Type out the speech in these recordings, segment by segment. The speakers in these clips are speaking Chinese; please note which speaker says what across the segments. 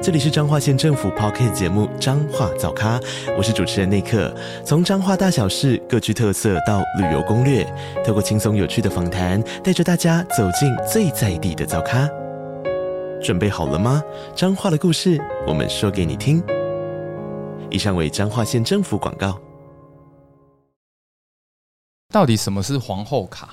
Speaker 1: 这里是彰化县政府 p o c k t 节目《彰化早咖》，我是主持人内克。从彰化大小事各具特色到旅游攻略，透过轻松有趣的访谈，带着大家走进最在地的早咖。准备好了吗？彰化的故事，我们说给你听。以上为彰化县政府广告。
Speaker 2: 到底什么是皇后卡？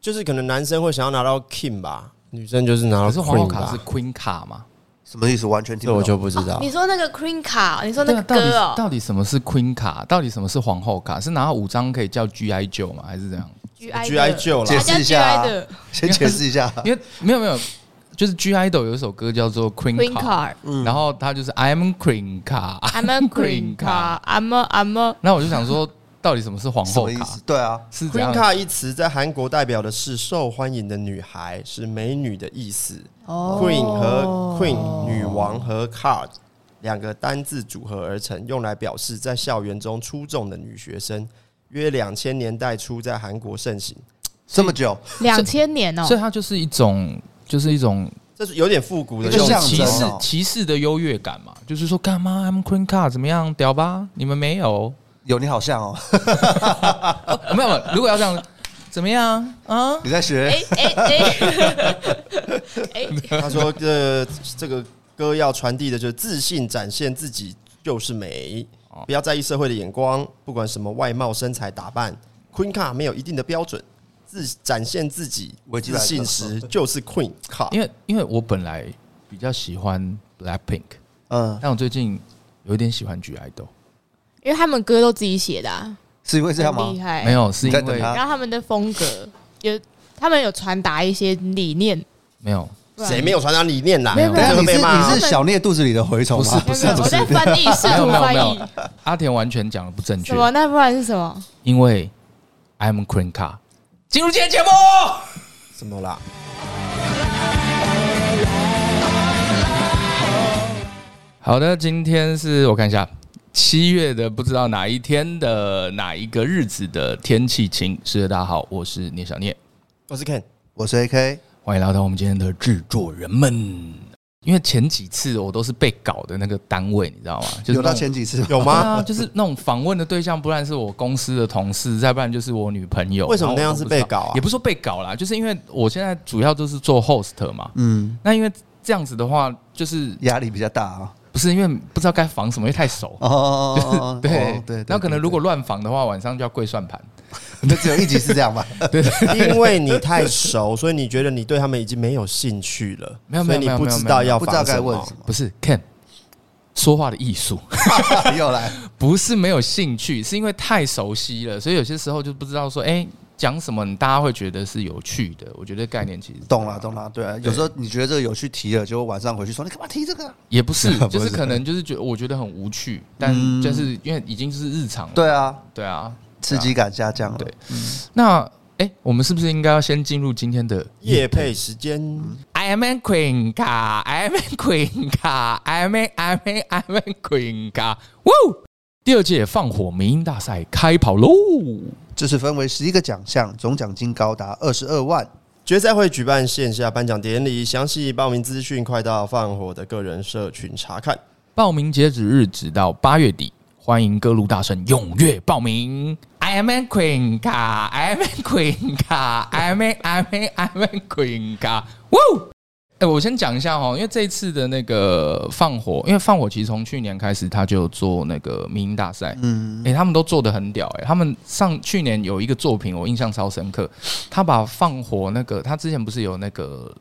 Speaker 3: 就是可能男生会想要拿到 king 吧，女生就是
Speaker 4: 啊
Speaker 3: 拿
Speaker 2: 可
Speaker 3: 到
Speaker 2: 是皇后卡
Speaker 3: queen 吧
Speaker 2: 是，Queen 哦啊卡吗？
Speaker 4: 什么意思？完全听
Speaker 3: 这
Speaker 4: 不
Speaker 3: 我
Speaker 4: 懂。
Speaker 3: 就不知道
Speaker 5: 哦你。说那个 Queen 卡，你说那
Speaker 2: 对啊，到
Speaker 5: 个
Speaker 2: 底
Speaker 5: 歌哦
Speaker 2: 到底什么是 Queen 卡？到底什么是皇后卡？是拿到五张可以叫 GI 九吗？还是怎样？
Speaker 5: ，G I
Speaker 3: G I 旧
Speaker 4: 解
Speaker 3: 啦，
Speaker 4: 释一下啊
Speaker 5: 大家 GI 的
Speaker 4: 先解释一下，
Speaker 2: 因为没有没有，就是 GI 斗有一首歌叫做 Queen
Speaker 5: Queen
Speaker 2: 卡，
Speaker 5: Card，
Speaker 4: 嗯
Speaker 2: 然后它就是 I'm Queen 卡。
Speaker 5: I'm a Queen 卡，I'm a I'm a
Speaker 2: 那我就想说，到底什么是皇
Speaker 4: 什
Speaker 2: 后
Speaker 4: 么意
Speaker 2: 卡
Speaker 4: 思？？对啊，
Speaker 2: 是怎
Speaker 3: Queen
Speaker 2: 样？
Speaker 3: 卡一词在韩国代表的是受欢迎的女孩，是美女的意思。Queen
Speaker 2: 哦
Speaker 3: 和 Queen 女王和 Card 两个单字组合而成，用来表示在校园中出众的女学生。约两千年代初在韩国盛行，
Speaker 4: 这么久，
Speaker 5: 两千年哦
Speaker 2: 所，以它就是一种，就是一种
Speaker 3: 这是有点复古的
Speaker 4: 一个
Speaker 3: 用
Speaker 4: 象
Speaker 3: 词
Speaker 2: 歧
Speaker 4: 征
Speaker 2: 视
Speaker 4: 哦
Speaker 2: 歧视的优越感嘛，就是说干嘛 I'm Queen 卡怎么样屌吧？你们没有？
Speaker 4: 有你好像哦，
Speaker 2: 哦没有，没有如果要这样，怎么样啊？
Speaker 4: 你在学
Speaker 5: 哎哎哎哎，
Speaker 3: 他说 这这个歌要传递的就是自信，展现自己就是美，不要在意社会的眼光，不管什么外貌、身材、打扮，Queen 卡没有一定的标准，自展现自己
Speaker 4: 维基
Speaker 3: 自
Speaker 4: 百科
Speaker 3: 信时就是 Queen 卡。
Speaker 2: 因为因为我本来比较喜欢 Blackpink，
Speaker 4: 嗯，
Speaker 2: 但我最近有点喜欢 G I d o
Speaker 5: 因为他们歌都自己写的啊，
Speaker 4: 是因为这样吗
Speaker 5: 很厉？害，
Speaker 2: 没，有是
Speaker 4: 你在
Speaker 2: 因
Speaker 4: 等
Speaker 2: 为
Speaker 4: 他
Speaker 5: 然后他们的风格有，他们有传达一些理念，
Speaker 2: 没有
Speaker 5: 不然
Speaker 3: 谁没有传达理念啦？
Speaker 5: 没有
Speaker 3: 这
Speaker 4: 等一下
Speaker 3: 个
Speaker 4: 你
Speaker 3: 被
Speaker 4: 是
Speaker 3: 骂啊
Speaker 4: 你是小聂肚子里的蛔虫吗？
Speaker 2: 不是
Speaker 5: 啊没有没有我在翻译，试
Speaker 2: 没有
Speaker 5: 图
Speaker 2: 没有
Speaker 5: 翻
Speaker 2: 没有
Speaker 5: 译，
Speaker 2: 阿田完全讲的不正确
Speaker 5: 什，么？那不然是什么？
Speaker 2: 因为 I'm Queen 卡进入今天节目，
Speaker 3: 什么啦？
Speaker 2: 好的，今天是我看一下。七月的不知道哪一天的哪一个日子的天气晴。是的，大家好，我是聂小聂，
Speaker 3: 我是 Ken，
Speaker 4: 我是 AK，
Speaker 2: 欢迎来到我们今天的制作人们。因为前几次我都是被搞的那个单位，你知道吗？就是
Speaker 4: 有
Speaker 2: 那
Speaker 4: 到
Speaker 2: 种
Speaker 4: 前几次吗？
Speaker 3: 有
Speaker 2: 对
Speaker 3: 吗？
Speaker 2: 啊，就是那种访问的对象，不然是我公司的同事，再不然就是我女朋友。
Speaker 3: 为什么
Speaker 2: 然后
Speaker 3: 那样
Speaker 2: 我都
Speaker 3: 是
Speaker 2: 不知道
Speaker 3: 被搞啊
Speaker 2: 也不是说被搞啦，就是因为我现在主要都是做 host 嘛。
Speaker 4: 嗯，
Speaker 2: 那因为这样子的话，就是
Speaker 4: 压力比较大 啊。
Speaker 2: 不是因为不知道该防什么，因为太熟。
Speaker 4: 哦哦哦哦哦，
Speaker 2: 对
Speaker 4: 哦对，
Speaker 2: 那可能如果
Speaker 4: 对
Speaker 2: 乱防的话，晚上就要跪算盘。
Speaker 4: 那只有一集是这 样吧？
Speaker 3: 因为你太熟， 所以你觉得你对他们已经没有兴趣了，
Speaker 2: 没有没
Speaker 3: 所
Speaker 2: 有
Speaker 3: 以你
Speaker 2: 没有
Speaker 3: 不
Speaker 2: 没有
Speaker 3: 知
Speaker 2: 没有
Speaker 3: 道要
Speaker 4: 不知道
Speaker 3: 防
Speaker 4: 该
Speaker 3: 什
Speaker 4: 问
Speaker 3: 么
Speaker 4: 什。么
Speaker 2: 不是 Ken 说话的艺术，
Speaker 4: 又来，
Speaker 2: 不是没有兴趣，是因为太熟悉了，所以有些时候就不知道说，哎、讲什么大家会觉得是有趣的。我觉得概念其实
Speaker 4: 懂了懂了。对啊，有时候你觉得这个有趣提了，结果晚上回去说你干嘛提这个啊？
Speaker 2: 也
Speaker 4: ，
Speaker 2: 不是
Speaker 4: 不是
Speaker 2: 就
Speaker 4: 嗯
Speaker 2: 是可能就是觉得我觉得很无趣，但就是因为已经是日常了。
Speaker 4: 对啊，
Speaker 2: 对啊，
Speaker 4: 刺激感下降了。
Speaker 2: 对那哎、诶我们是不是应该要先进入今天的
Speaker 3: 夜配时间，
Speaker 2: I am a Queen 卡，I am a Queen 卡，I am a I am a I am a Queen 卡，哇！第二届放火民音大赛开跑喽！
Speaker 4: 这是分为十一个奖项，总奖金高达二十二万。
Speaker 3: 决赛会举办线下颁奖典礼，详细报名资讯快到放火的个人社群查看。
Speaker 2: 报名截止日直到八月底，欢迎各路大神踊跃报名。I am a Queen 卡，I am a Queen 卡，I am a I am a I am a Queen 卡，哇！哎、我先讲一下哦，因为这一次的那个放火，因为放火其实从去年开始他就有做那个民音大赛，
Speaker 4: 嗯，
Speaker 2: 哎、他们都做的很屌哎、他们上去年有一个作品我印象超深刻，他把放火那个，他之前不是有那个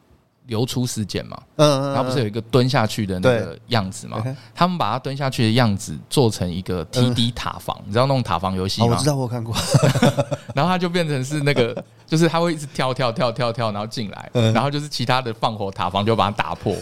Speaker 2: 流出事件嘛，
Speaker 4: 嗯，哎
Speaker 2: 然后不是有一个蹲下去的那个样子嘛
Speaker 4: 对，
Speaker 2: 他们把它蹲下去的样子做成一个 TD 塔防，你知道那种塔防游戏
Speaker 4: 哦，
Speaker 2: 吗？
Speaker 4: 我知道，我有看过。
Speaker 2: 然后它就变成是那个，就是它会一直跳跳跳跳跳，然后进来，
Speaker 4: 嗯
Speaker 2: 然后就是其他的放火塔防就把它打破。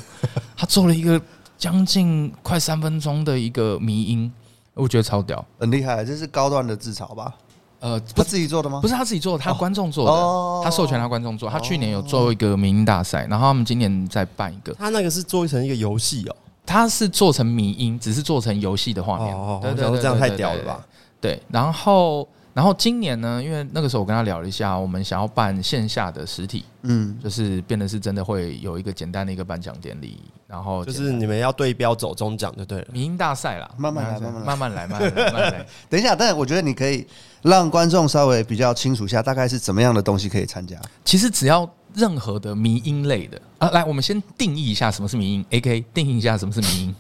Speaker 2: 他做了一个将近快三分钟的一个迷音，我觉得超屌。
Speaker 4: 很厉害，这是高段的自嘲吧？
Speaker 2: 呃，
Speaker 4: 他
Speaker 2: 不是
Speaker 4: 自己做的吗？
Speaker 2: 不
Speaker 4: 是，
Speaker 2: 是他自己做的，他观众做的，
Speaker 4: 哦
Speaker 2: 他授权他观众做。他去年有做一个民音大赛，然后他们今年再办一个。
Speaker 3: 他那个是做成一个游戏哦。
Speaker 2: 他是做成迷音，只是做成游戏的画面。
Speaker 3: 哦，
Speaker 2: 对
Speaker 3: 我
Speaker 2: 对
Speaker 3: 想说
Speaker 2: 对，
Speaker 3: 这样太
Speaker 2: 对
Speaker 3: 屌了吧？？
Speaker 2: 对，对然后然后今年呢，因为那个时候我跟他聊了一下，我们想要办线下的实体，
Speaker 4: 嗯，
Speaker 2: 就是变得是真的会有一个简单的一个颁奖典礼，然后
Speaker 3: 就
Speaker 2: 简
Speaker 3: 是你们要对标走中奖就对了。
Speaker 2: 迷音大赛啦，
Speaker 4: 慢慢来慢慢来
Speaker 2: 慢慢来，慢慢来，慢 慢来。
Speaker 4: 等一下，但我觉得你可以让观众稍微比较清楚一下，大概是怎么样的东西可以参加。
Speaker 2: 其实只要任何的迷音类的啊，来，我们先定义一下什么是迷音，A K 定义一下什么是 迷音。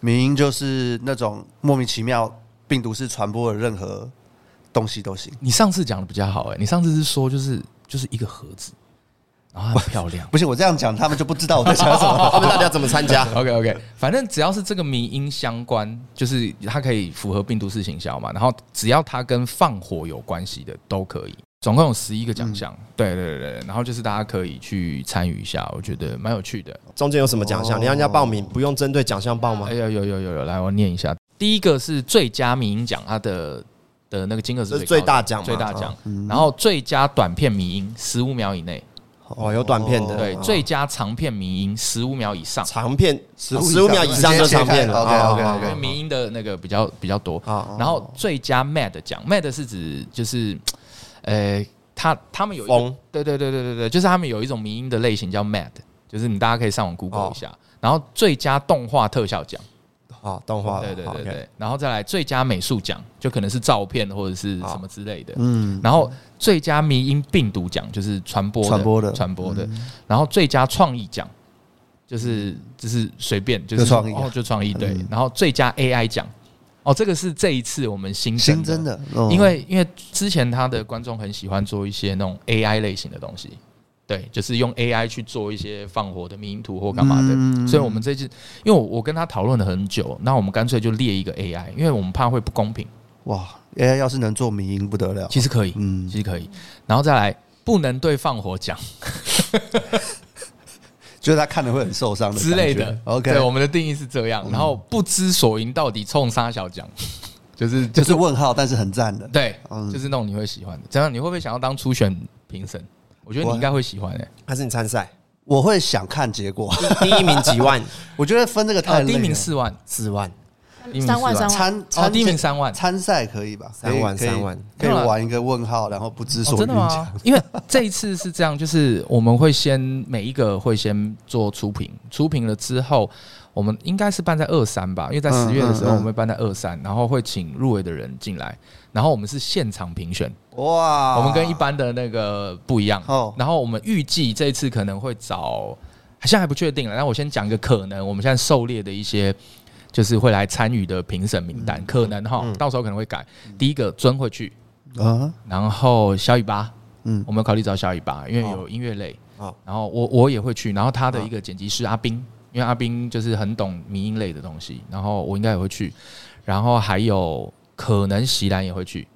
Speaker 4: 民音就是那种莫名其妙病毒式传播的任何东西都行。
Speaker 2: 你上次讲的比较好、哎，你上次是说就是就是一个盒子，然后它很漂亮。
Speaker 4: 不是我这样讲，他们就不知道我在讲什 么。
Speaker 3: 他们大家怎么参 加？
Speaker 2: OK OK，反正只要是这个迷音相关，就是它可以符合病毒式行销嘛。然后只要它跟放火有关系的都可以，总共有十一个奖项。
Speaker 3: 嗯
Speaker 2: 对对对对，然后就是大家可以去参与一下，我觉得蛮有趣的。
Speaker 3: 中间有什么奖项？
Speaker 4: 哦
Speaker 3: 你让人家报名，不用针对奖项报吗
Speaker 2: 哎？呦有有有有，来我念一下，第一个是最佳迷音奖，它的的那个金额
Speaker 3: 这
Speaker 2: 是
Speaker 3: 是
Speaker 2: 最
Speaker 3: 最
Speaker 2: 高的
Speaker 3: 大奖嘛，
Speaker 2: 最大奖
Speaker 3: 哦。，
Speaker 2: 然后最佳短片迷音十五秒以内，
Speaker 3: 哦，有短片的，
Speaker 2: 对，
Speaker 3: 哦
Speaker 2: 最佳长片迷音十五秒以上。
Speaker 3: 长片十
Speaker 4: 15
Speaker 3: 五秒以上就长片了。
Speaker 4: 直接切开 OK，OK，OK
Speaker 3: 哦
Speaker 2: 因为民音的那个比较比较多。
Speaker 3: 哦
Speaker 2: 然后最佳 mad 奖，mad 是指就是，呃，他他们有一个
Speaker 3: 疯
Speaker 2: 对对对对对对，就是他们有一种民音的类型叫 mad，就是你大家可以上网 Google 一下。然后最佳动画特效奖，
Speaker 3: 哦，动画，
Speaker 2: 对对对
Speaker 3: OK
Speaker 2: 对，然后再来最佳美术奖，就可能是照片或者是什么之类的。
Speaker 4: 嗯，
Speaker 2: 然后最佳迷音病毒奖就是传播
Speaker 4: 传播的嗯
Speaker 2: 传播的，然后最佳创意奖就是就是随便就是
Speaker 4: 就创意啊
Speaker 2: 哦就创意对，然后最佳 AI 奖哦这个是这一次我们新
Speaker 4: 新
Speaker 2: 增
Speaker 4: 增
Speaker 2: 的，
Speaker 4: 的，哦
Speaker 2: 因为因为之前他的观众很喜欢做一些那种 AI 类型的东西。对，就是用 AI 去做一些放火的迷因图或干嘛的，
Speaker 4: 嗯
Speaker 2: 所以我们这次，因为我我跟他讨论了很久，那我们干脆就列一个 AI，因为我们怕会不公平。
Speaker 4: 哦哇，AI 要是能做民音不得了。
Speaker 2: 其实可以，
Speaker 4: 嗯
Speaker 2: 其实可以。然后再来，不能对放火讲
Speaker 4: 就是他看了会很受伤的
Speaker 2: 之类的
Speaker 4: 感觉。OK，嗯
Speaker 2: 对，我们的定义是这样。然后不知所云到底冲沙小讲，就是就
Speaker 4: 就是是问号，但是很赞的。
Speaker 2: 对，
Speaker 4: 嗯
Speaker 2: 就是那种你会喜欢的。这样你会不会想要当初选评审？我觉得你
Speaker 4: 我
Speaker 2: 应该会喜欢欸诶、
Speaker 3: 还是你参赛？
Speaker 4: 我会想看 结果。
Speaker 3: 第一名几万？
Speaker 4: 我觉得分这个
Speaker 2: 啊，
Speaker 4: 太累了
Speaker 2: 第一名四万，
Speaker 3: 四万，
Speaker 2: 第一名
Speaker 5: 三万
Speaker 2: 四万
Speaker 5: 三万，
Speaker 4: 参
Speaker 2: 哦，
Speaker 4: 参
Speaker 2: 第一名三万，
Speaker 4: 参赛可以吧？
Speaker 3: 三万
Speaker 4: 可以可以
Speaker 3: 三万
Speaker 4: 可以玩一个问号，然后不知
Speaker 2: 哦
Speaker 4: 所
Speaker 2: 真
Speaker 4: 云
Speaker 2: 的
Speaker 4: 讲。
Speaker 2: 吗？因为这一次是这样，就是我们会先每一个会先做初评，初评了之后，我们应该是办在二三吧，因为在
Speaker 4: 嗯
Speaker 2: 十月的时候
Speaker 4: 嗯嗯
Speaker 2: 我们会办在二三，然后会请入围的人进来，然后我们是现场评选，
Speaker 4: 哇，
Speaker 2: 我们跟一般的那个不一样
Speaker 4: 啊哦。
Speaker 2: 然后我们预计这一次可能会找，现在还不确定了。那我先讲一个可能，我们现在狩猎的一些。就是会来参与的评审名
Speaker 4: 嗯
Speaker 2: 单，可能哈，到时候可能会改。第一个尊会去，
Speaker 4: 啊，
Speaker 2: 然后小尾巴，嗯
Speaker 4: 嗯，
Speaker 2: 我们有考虑找小尾巴，因为有音乐类，
Speaker 3: 哦
Speaker 2: 然后我我也会去，然后他的一个剪辑师阿斌，因为阿斌就是很懂民音类的东西，然后我应该也会去，然后还有可能席兰也会去，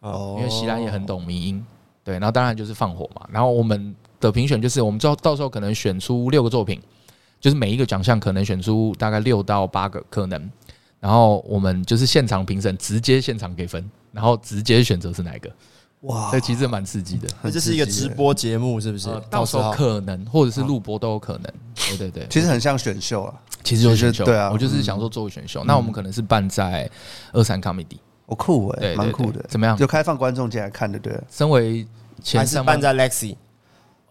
Speaker 4: 哦
Speaker 2: 因为席兰也很懂民音，对，然后当然就是放火嘛，然后我们的评选就是我们到到时候可能选出六个作品，就是每一个奖项可能选出大概六到八个可能，然后我们就是现场评审直接现场给分，然后直接选择是哪一个。
Speaker 4: 哇
Speaker 2: 这，其实蛮刺激的。
Speaker 4: 很
Speaker 3: 这是一个
Speaker 4: 刺激
Speaker 3: 直
Speaker 4: 耶
Speaker 3: 播节目，是不是
Speaker 2: 呃？到时候可能，或者是录播都有可能。对对对，
Speaker 4: 其实很像选秀啊，
Speaker 2: 其实就是选秀，
Speaker 4: 对啊
Speaker 2: 我就是想说做个选秀。那我们可能是办在二三 comedy，
Speaker 4: 哦酷
Speaker 2: 对
Speaker 4: 哎，
Speaker 2: 对
Speaker 4: 蛮
Speaker 2: 对
Speaker 4: 酷的。
Speaker 2: 怎么样
Speaker 4: 就开放观众进来看，对不对了？
Speaker 2: 身为前
Speaker 3: 还是
Speaker 2: 三万
Speaker 3: 办在 Lexi？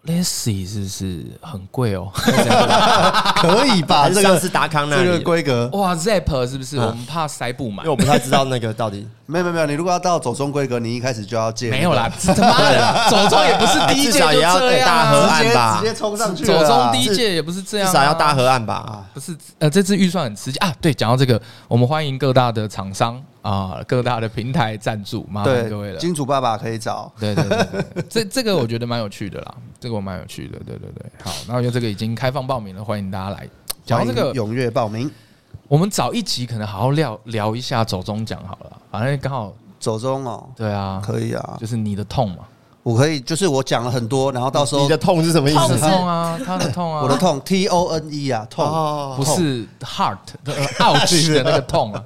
Speaker 2: Lacy 是不是很贵哦？
Speaker 4: 可以 吧？
Speaker 3: 还是
Speaker 4: 这
Speaker 3: 上
Speaker 4: 个
Speaker 3: 次达康那
Speaker 4: 这个
Speaker 3: 里？
Speaker 4: 规格，
Speaker 2: 哇，Zap 是不是？我们怕塞不满
Speaker 3: 啊因为。我不太知道那个到 底。
Speaker 4: 没有没有没有，你如果要到走中规格，你一开始就要借
Speaker 2: 没有啦，他妈的，走中也不是第一届
Speaker 3: 啊至少
Speaker 2: 就
Speaker 3: 也要哎
Speaker 2: 这样
Speaker 3: 大
Speaker 2: 啊
Speaker 3: 河
Speaker 4: 直接
Speaker 3: 岸吧
Speaker 4: 直接冲上去了
Speaker 2: 走
Speaker 4: 啊，
Speaker 2: 中第一届也不是这
Speaker 3: 至
Speaker 2: 样啊，
Speaker 3: 少要大河岸吧？
Speaker 2: 不是，呃，这次预算很吃紧啊。对，讲到这个，我们欢迎各大的厂商啊、各大的平台赞助，麻烦啊各位
Speaker 4: 对，
Speaker 2: 了。
Speaker 4: 金主爸爸可以找，
Speaker 2: 对对对对，对这这个我觉得蛮有趣的啦，这个我蛮有趣的，对对对。好，那我觉得这个已经开放报名了，欢迎大家来。讲到这
Speaker 4: 欢
Speaker 3: 哎
Speaker 2: 个，
Speaker 4: 迎踊跃报名，
Speaker 2: 我们找一集可能好好聊聊一下走中奖好了，反正刚好
Speaker 4: 走中哦，
Speaker 2: 对啊，
Speaker 4: 可以啊，
Speaker 2: 就是你的痛嘛，
Speaker 4: 我可以，就是我讲了很多，然后到时候
Speaker 3: 你的痛是什么意
Speaker 2: 你的
Speaker 3: 思？
Speaker 2: 痛啊，他的痛啊，
Speaker 4: 我的痛 T O N E 啊，痛，
Speaker 3: 哦，
Speaker 2: 不是 heart 的 ouch 的那个痛啊。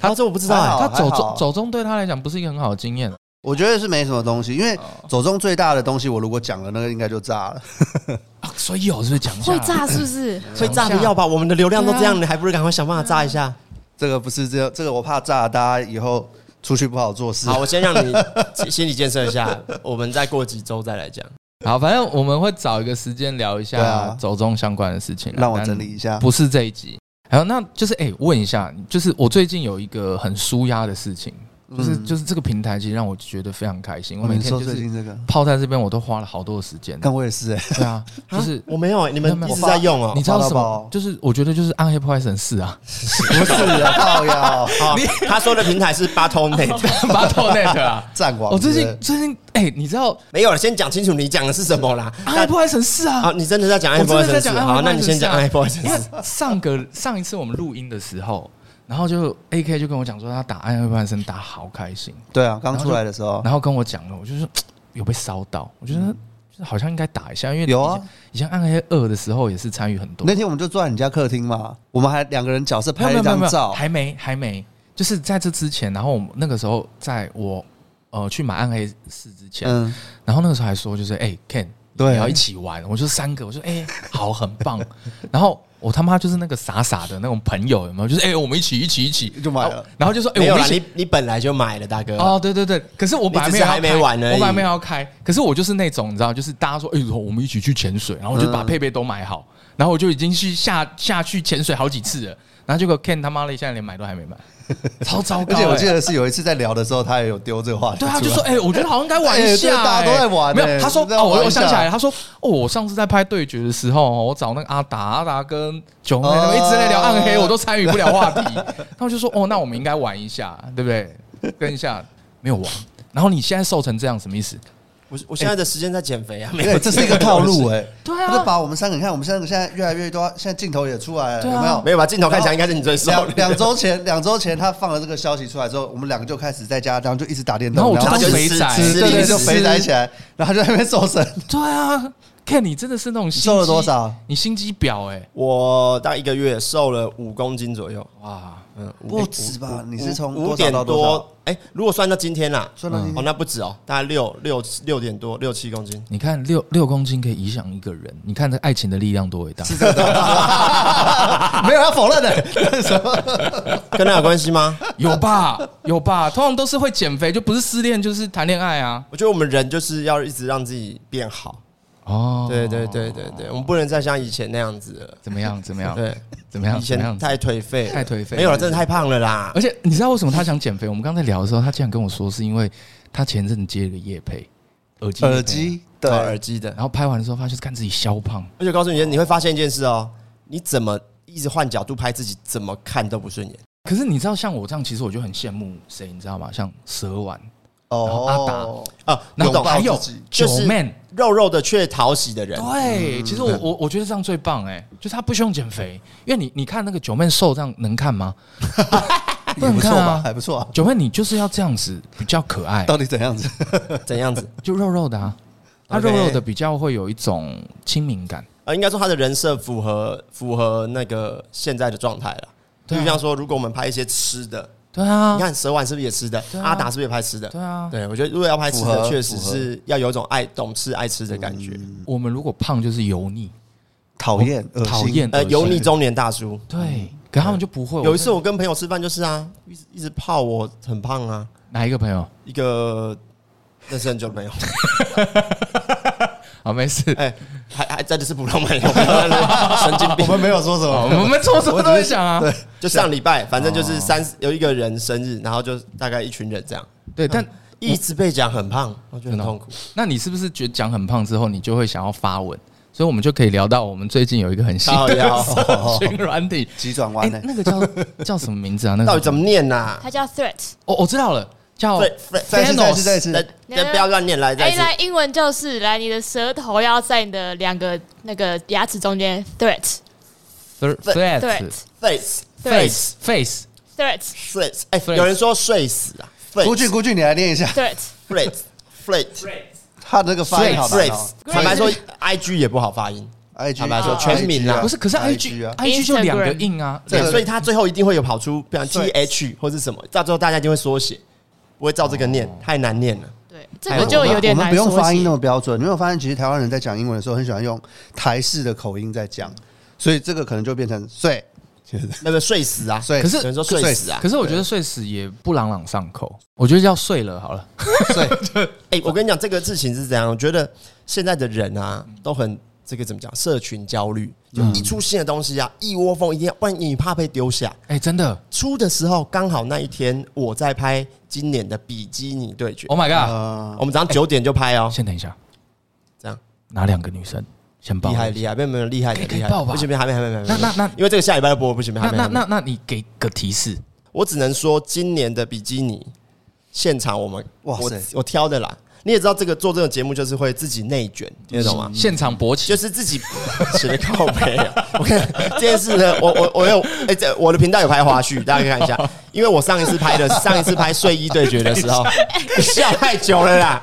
Speaker 3: 他这我不知道
Speaker 4: 还
Speaker 3: 啊
Speaker 4: 好。啊
Speaker 2: 他走
Speaker 4: 还好
Speaker 2: 中走中对他来讲不是一个很好的经验，
Speaker 4: 我觉得是没什么东西，因
Speaker 2: 哦
Speaker 4: 为走中最大的东西，我如果讲了，那个应该就炸了。
Speaker 2: 啊所以哦，是不是讲一下
Speaker 5: 会炸是不是？
Speaker 3: 所以炸的要把我们的流量都这样，你还不如赶快想办法炸一下。
Speaker 4: 这个不是这这个，我怕炸，大家以后出去不好做事。
Speaker 3: 好，我先让你 心理建设一下，我们再过几周再来讲。
Speaker 2: 好，反正我们会找一个时间聊一
Speaker 4: 对
Speaker 2: 下
Speaker 4: 啊
Speaker 2: 走中相关的事情啦， 啊
Speaker 4: 让我
Speaker 2: 但
Speaker 4: 整理一下。
Speaker 2: 不是这一集。还有，那就是哎、问一下，就是我最近有一个很舒压的事情，就是、就是这个平台其实让我觉得非常开心。我每
Speaker 4: 嗯哦你
Speaker 2: 天
Speaker 4: 说
Speaker 2: 就
Speaker 4: 最
Speaker 2: 是
Speaker 4: 近这个，
Speaker 2: 泡在这边，我都花了好多的时间。
Speaker 4: 但我也是哎、
Speaker 2: 对啊，就是
Speaker 3: 我没有，你们
Speaker 2: 没有
Speaker 3: 一直在用哦
Speaker 2: 你。知道什
Speaker 4: 花到爆
Speaker 2: 么
Speaker 4: 哦？
Speaker 2: 就是我觉得就是暗黑破坏神四啊，
Speaker 4: 不是啊，靠 呀，
Speaker 3: 好，他说的平台是 Battle.net，
Speaker 2: 巴头 net 啊。
Speaker 4: 战网。
Speaker 2: 我最
Speaker 4: 对
Speaker 2: 近
Speaker 4: 不
Speaker 2: 最近哎、你知道
Speaker 3: 没有了，先讲清楚你讲的是什么 啦。
Speaker 2: 暗黑
Speaker 3: 那
Speaker 2: 破坏神四啊？
Speaker 3: 好，你真的在讲
Speaker 2: 我
Speaker 3: Apple
Speaker 2: 真的在
Speaker 4: 啊
Speaker 3: Watch 啊
Speaker 2: 讲暗黑
Speaker 3: 好，那你先讲
Speaker 2: 破坏
Speaker 3: Apple
Speaker 2: 啊因为
Speaker 3: Watch。
Speaker 2: 上个上一次我们录音的时候，然后就 A K 就跟我讲说他打暗黑破坏神打好开心，
Speaker 4: 对对啊，刚出来的时候
Speaker 2: 然后跟我讲了，我就是有被烧到，我觉得就是好像应该打一下，因为
Speaker 4: 嗯有啊
Speaker 2: 以前，以前暗黑二的时候也是参与很多，
Speaker 4: 那天我们就坐在你家客厅嘛，我们还两个人角色
Speaker 2: 没
Speaker 4: 拍
Speaker 2: 有
Speaker 4: 了
Speaker 2: 没
Speaker 4: 一
Speaker 2: 有
Speaker 4: 张
Speaker 2: 没有
Speaker 4: 照，
Speaker 2: 还没还没，就是在这之前，然后我们那个时候在我呃去买暗黑四之前，
Speaker 4: 嗯，
Speaker 2: 然后那个时候还说就是哎、Ken，
Speaker 4: 对啊
Speaker 2: 你要一起玩，我就三个，我说哎、 好很棒，然后。我他妈就是那个傻傻的那种朋友，有没有？就是哎、我们一起一起一起
Speaker 4: 就买了
Speaker 2: 然后然后就说哎、
Speaker 3: 没有
Speaker 2: 我们
Speaker 3: 啦，
Speaker 2: 一起
Speaker 3: 你你本来就买了，大哥。
Speaker 2: 哦，对对对，可是我本来没有要开
Speaker 3: 你只是还没玩而已
Speaker 2: 我本来没有要开，可是我就是那种你知道，就是大家说，哎、我们一起去潜水，然后我就把配备都买好，然后我就已经去下下去潜水好几次了，然后结果 Ken 他妈的现在连买都还没买，超糟
Speaker 4: 而
Speaker 2: 糕、
Speaker 4: 且我
Speaker 2: 欸
Speaker 4: 记。得是有一次在聊的时候，他也有丢这个话题出
Speaker 2: 对
Speaker 4: 来，
Speaker 2: 啊，就说哎、我觉得好像应该玩
Speaker 4: 哎
Speaker 2: 一
Speaker 4: 对
Speaker 2: 下、
Speaker 4: 大家都在玩
Speaker 2: 没
Speaker 4: 哎
Speaker 2: 有，他说
Speaker 4: 都在
Speaker 2: 哦，我
Speaker 4: 玩
Speaker 2: 我
Speaker 4: 一下
Speaker 2: 想起来了，他说哦，我上次在拍对决的时候，我找那个阿达，阿达跟九妹他们一直在聊暗黑，
Speaker 4: 哦
Speaker 2: 我都参与不了话题。然后就说哦，那我们应该玩一下，对不对？跟一下没有玩，然后你现在瘦成这样什么意思？
Speaker 3: 我我现在的时间在减肥啊，
Speaker 2: 哎
Speaker 3: 没
Speaker 4: 对，
Speaker 3: 有，
Speaker 4: 这是一个套路哎、
Speaker 2: 对啊
Speaker 4: 他就把我们三个，你看我们三个现在越来越多，现在镜头也出来了，
Speaker 2: 对啊
Speaker 4: 有没 有？
Speaker 3: 没有吧？镜头看起来应该是你最瘦的
Speaker 4: 两 两周前，两周前他放了这个消息出来之后，我们两个就开始在家，然后就一直打电
Speaker 2: 然后
Speaker 4: 动，
Speaker 2: 我就
Speaker 4: 然
Speaker 2: 当
Speaker 4: 后就
Speaker 3: 然后
Speaker 2: 肥仔，
Speaker 3: 就
Speaker 4: 对
Speaker 3: 吃
Speaker 4: 对
Speaker 3: 吃
Speaker 4: 对，
Speaker 3: 零食
Speaker 4: 就肥宅起来，然后就在那边瘦身，
Speaker 2: 对啊。看你真的是那种心机
Speaker 4: 瘦了多少？
Speaker 2: 你心机婊哎、
Speaker 3: 我大概一个月瘦了五公斤左右，
Speaker 2: 哇！
Speaker 3: 嗯，五
Speaker 4: 不止吧？你是从
Speaker 3: 五
Speaker 4: 多少
Speaker 3: 点
Speaker 4: 到多少？嗯
Speaker 3: 多，哎，如果算到今天啦，
Speaker 4: 算到今天
Speaker 3: 哦，那不止哦，大概六六六点多，六七公 斤。
Speaker 2: 你看六六公斤可以影响一个人，你看这爱情的力量多伟大。
Speaker 4: 没有要否认的，什么？
Speaker 3: 跟他有关系吗？
Speaker 2: 有吧，有吧，通常都是会减肥，就不是失恋就是谈恋爱啊。
Speaker 3: 我觉得我们人就是要一直让自己变好。
Speaker 2: 哦，
Speaker 3: 对对对对对，我们不能再像以前那样子了。
Speaker 2: 怎么样？怎么样？
Speaker 3: 对，
Speaker 2: 哦怎么样？
Speaker 3: 以
Speaker 2: 怎么样
Speaker 3: 前？太颓废了，
Speaker 2: 太颓废
Speaker 3: 没有了，真的太胖了啦
Speaker 2: 而。且你知道为什么他想减肥？我们刚才聊的时候，他竟然跟我说是因为他前阵子接了个夜配耳机业配，
Speaker 4: 耳机
Speaker 3: 戴
Speaker 4: 对
Speaker 3: 耳，机的
Speaker 2: 然，后拍完的时候发现看自己消胖，
Speaker 3: 而且告诉你，你会发现一件事哦，你怎么一直换角度拍自己，怎么看都不顺眼。
Speaker 2: 可是你知道，像我这样，其实我就很羡慕谁，你知道吗？像蛇丸，然后
Speaker 4: 哦，
Speaker 3: 啊，你
Speaker 2: 然后
Speaker 3: 懂
Speaker 2: 还有
Speaker 4: 自己
Speaker 2: 九
Speaker 3: 就是
Speaker 2: 妹，嗯
Speaker 3: 肉肉的却讨喜的人，
Speaker 2: 对，其实我我我觉得这样最棒哎、就是他不需要减肥，因为你你看那个九妹瘦这样能看吗？不
Speaker 4: 也
Speaker 2: 能
Speaker 4: 不错
Speaker 2: 看
Speaker 4: 吧，
Speaker 2: 啊，
Speaker 4: 还不错啊。
Speaker 2: 九妹你就是要这样子比较可爱，
Speaker 4: 到底怎样子？
Speaker 3: 怎样子？
Speaker 2: 就肉肉的啊，它
Speaker 3: OK
Speaker 2: 肉肉的比较会有一种亲民感。
Speaker 3: 呃，应该说他的人设符合符合那个现在的状态了。就
Speaker 2: 对啊
Speaker 3: 像说，如果我们拍一些吃的，
Speaker 2: 对啊
Speaker 3: 你，看蛇丸是不是也吃的？
Speaker 2: 对啊
Speaker 3: 阿达是不是也拍吃的？
Speaker 2: 对啊，
Speaker 3: 对，我觉得如果要拍吃
Speaker 4: 符
Speaker 3: 的，
Speaker 4: 合
Speaker 3: 确实
Speaker 4: 符合
Speaker 3: 是要有一种爱懂吃爱吃的感觉。
Speaker 2: 我们如果胖就是油腻，
Speaker 4: 讨厌，恶心
Speaker 2: 讨 厌，
Speaker 3: 呃，
Speaker 2: 恶心
Speaker 3: 油腻。中年大叔。
Speaker 2: 对，可他们就不会。
Speaker 3: 有一次我跟朋友吃饭就是啊，一直一直泡我很胖啊，
Speaker 2: 哪一个朋友？
Speaker 3: 一个认识很久的朋 友，
Speaker 2: 啊，没事，
Speaker 3: 哎，还还真的是普通朋友，不要乱神经
Speaker 4: 我
Speaker 3: 病。
Speaker 4: 们没有说 什
Speaker 2: 我
Speaker 4: 么，
Speaker 2: 们做什么都会想啊。
Speaker 3: 就上礼拜，反正
Speaker 4: 哦
Speaker 3: 就是三十有一个人生日，然后就大概一群人这样，嗯
Speaker 2: 对，但
Speaker 3: 一直被讲很胖，我觉得很痛苦。
Speaker 2: 那你是不是觉得讲很胖之后，你就会想要发文？所以我们就可以聊到我们最近有一个很新
Speaker 4: 哦
Speaker 3: 靠
Speaker 2: 的
Speaker 3: 腰
Speaker 4: 啊
Speaker 3: 哦
Speaker 2: 社 群软体，
Speaker 4: 急转
Speaker 2: 哎
Speaker 4: 弯呢，？
Speaker 2: 那个 叫叫什么名字啊？那个
Speaker 3: 到底怎么念呐？
Speaker 5: 它叫 threat。
Speaker 2: 我我知道了，叫
Speaker 3: 对，对
Speaker 4: 再一次，再一
Speaker 2: Thanos
Speaker 4: 次，再一
Speaker 3: 来
Speaker 4: 次，
Speaker 5: 那
Speaker 3: 来不要乱念，来再
Speaker 5: 哎
Speaker 3: 一，次。
Speaker 5: 来，英文就是来，你的舌头要在你的两个那个牙齿中间，threat
Speaker 2: Thre-
Speaker 3: Thre-
Speaker 2: Threads
Speaker 5: threat
Speaker 3: Face
Speaker 5: Threads
Speaker 3: face
Speaker 2: Face
Speaker 5: threat
Speaker 3: face，哎，
Speaker 2: Threads
Speaker 3: 有人说睡死啊
Speaker 4: 估计
Speaker 3: ，face
Speaker 4: 估计你来念一下，
Speaker 5: threat。
Speaker 3: face face
Speaker 4: 他那个发音好难
Speaker 3: face
Speaker 4: 哦。。
Speaker 3: 坦白说，IG 也不好发音。
Speaker 4: IG
Speaker 3: 坦白说
Speaker 4: 啊
Speaker 3: 全民啊
Speaker 4: IG
Speaker 2: 不是，可是
Speaker 4: IG
Speaker 2: IG
Speaker 4: 啊
Speaker 2: IG 就两个印啊，
Speaker 3: 对
Speaker 4: 这，个
Speaker 3: 所以他最后一定会有跑出，比方 T
Speaker 4: Threads
Speaker 3: H 或是什么，到最后大家就会缩写不会照这个
Speaker 4: 哦
Speaker 3: 念，太难念了。
Speaker 5: 对，这个就有
Speaker 4: 哎
Speaker 5: 点
Speaker 4: 我们
Speaker 5: 难
Speaker 4: 不用
Speaker 5: 说
Speaker 4: 发音那
Speaker 5: 起。
Speaker 4: 么标准。你有没有发现，其实台湾人在讲英文的时候，很喜欢用台式的口音在讲，所以这个可能就变成碎
Speaker 3: 那个睡死啊，
Speaker 4: 碎。
Speaker 2: 可是
Speaker 3: 只能说睡死啊。
Speaker 2: 可是我觉得睡死也不朗朗上口，我觉得要睡了好了。
Speaker 4: 碎，
Speaker 3: 哎、我跟你讲，这个事情是怎样？我觉得现在的人啊，都很这个怎么讲？社群焦虑，就
Speaker 2: 嗯
Speaker 3: 一出新的东西啊，一窝蜂一定要，万一你怕被丢下。
Speaker 2: 哎，真的
Speaker 3: 出的时候刚好那一天我在拍今年的比基尼对决，
Speaker 2: ，Oh my god！
Speaker 4: 呃
Speaker 3: 我们早上九点就拍哦，
Speaker 2: 先等一下，
Speaker 3: 这样
Speaker 2: 哪两个女生先报
Speaker 3: 厉？害厉害，没有没有厉害的
Speaker 2: 哎可以
Speaker 3: 厉害
Speaker 2: 可以报
Speaker 3: 的，
Speaker 2: 吧
Speaker 3: 不行不行，还没还没还没，
Speaker 2: 那那那
Speaker 3: 因为这个下礼拜要播，不行不行，
Speaker 2: 那
Speaker 3: 还没
Speaker 2: 那
Speaker 3: 还没
Speaker 2: 那，那你给个提示，
Speaker 3: 我只能说今年的比基尼现场我们
Speaker 4: 哇
Speaker 3: 哇
Speaker 4: 塞
Speaker 3: 塞，我挑的啦，你也知道这个做这种节目就是会自己内卷，听得懂吗？
Speaker 2: 现场勃起
Speaker 3: 就，是自己写的靠背啊！我看这件事呢，我我我有哎、这我的频道有拍花絮，大家可以看一下。因为我上一次拍的上一次拍睡衣 对决的时候，你笑太久了啦！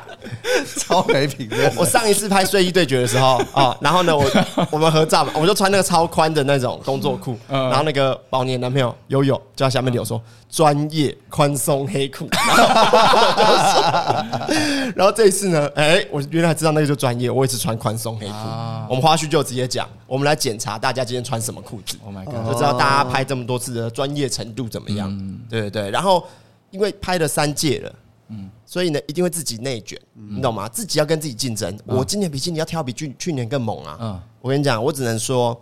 Speaker 4: 超没品的。
Speaker 3: 我上一次拍睡衣对决的时候啊、然后呢，我我们合照嘛，我就穿那个超宽的那种工作裤，
Speaker 2: 嗯
Speaker 3: 然后那个宝年男朋友悠悠就在下面留言说专业宽松黑裤， 然后我就说然后这一次呢，哎、我原来知道那个就专业，我也是穿宽松黑裤。
Speaker 2: 啊
Speaker 3: 我们花絮就直接讲，我们来检查大家今天穿什么裤子。
Speaker 2: Oh my
Speaker 3: 就知道大家拍这么多次的专业程度怎么样。
Speaker 2: 嗯
Speaker 3: 对对对，然后因为拍了三届了，嗯，所以呢一定会自己内卷，
Speaker 2: 嗯
Speaker 3: 你懂吗？自己要跟自己竞争。我今年比今年要跳比去去年更猛啊！
Speaker 2: 嗯
Speaker 3: 我跟你讲，我只能说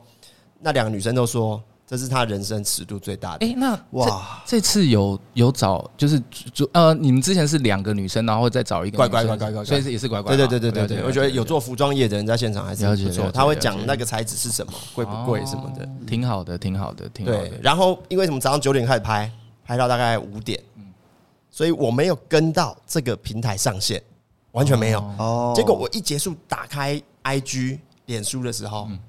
Speaker 3: 那两个女生都说这是她人生尺度最大的。
Speaker 2: 哎，那
Speaker 4: 哇
Speaker 2: 哇，这次有有找就是就呃，你们之前是两个女生，然后再找一个
Speaker 3: 乖
Speaker 2: 女生
Speaker 3: 乖乖乖乖乖
Speaker 2: 所以是也是乖乖
Speaker 3: 对
Speaker 2: 嘛。
Speaker 3: 对对对对
Speaker 2: 了解
Speaker 3: 对，我觉得有做服装业的人在现场还是
Speaker 2: 了解
Speaker 3: 不错，
Speaker 2: 了解
Speaker 3: 他会
Speaker 2: 了解
Speaker 3: 讲那个材质是什么，贵不贵什么的。，
Speaker 2: 哦挺好的，挺好的，挺好
Speaker 3: 对
Speaker 2: 的，。
Speaker 3: 然后因为什么？早上九点开始拍，拍到大概五点，所以我没有跟到这个平台上线，完全没有。
Speaker 4: 哦
Speaker 3: 结果我一结束打开 IG 脸书的时候，
Speaker 2: 嗯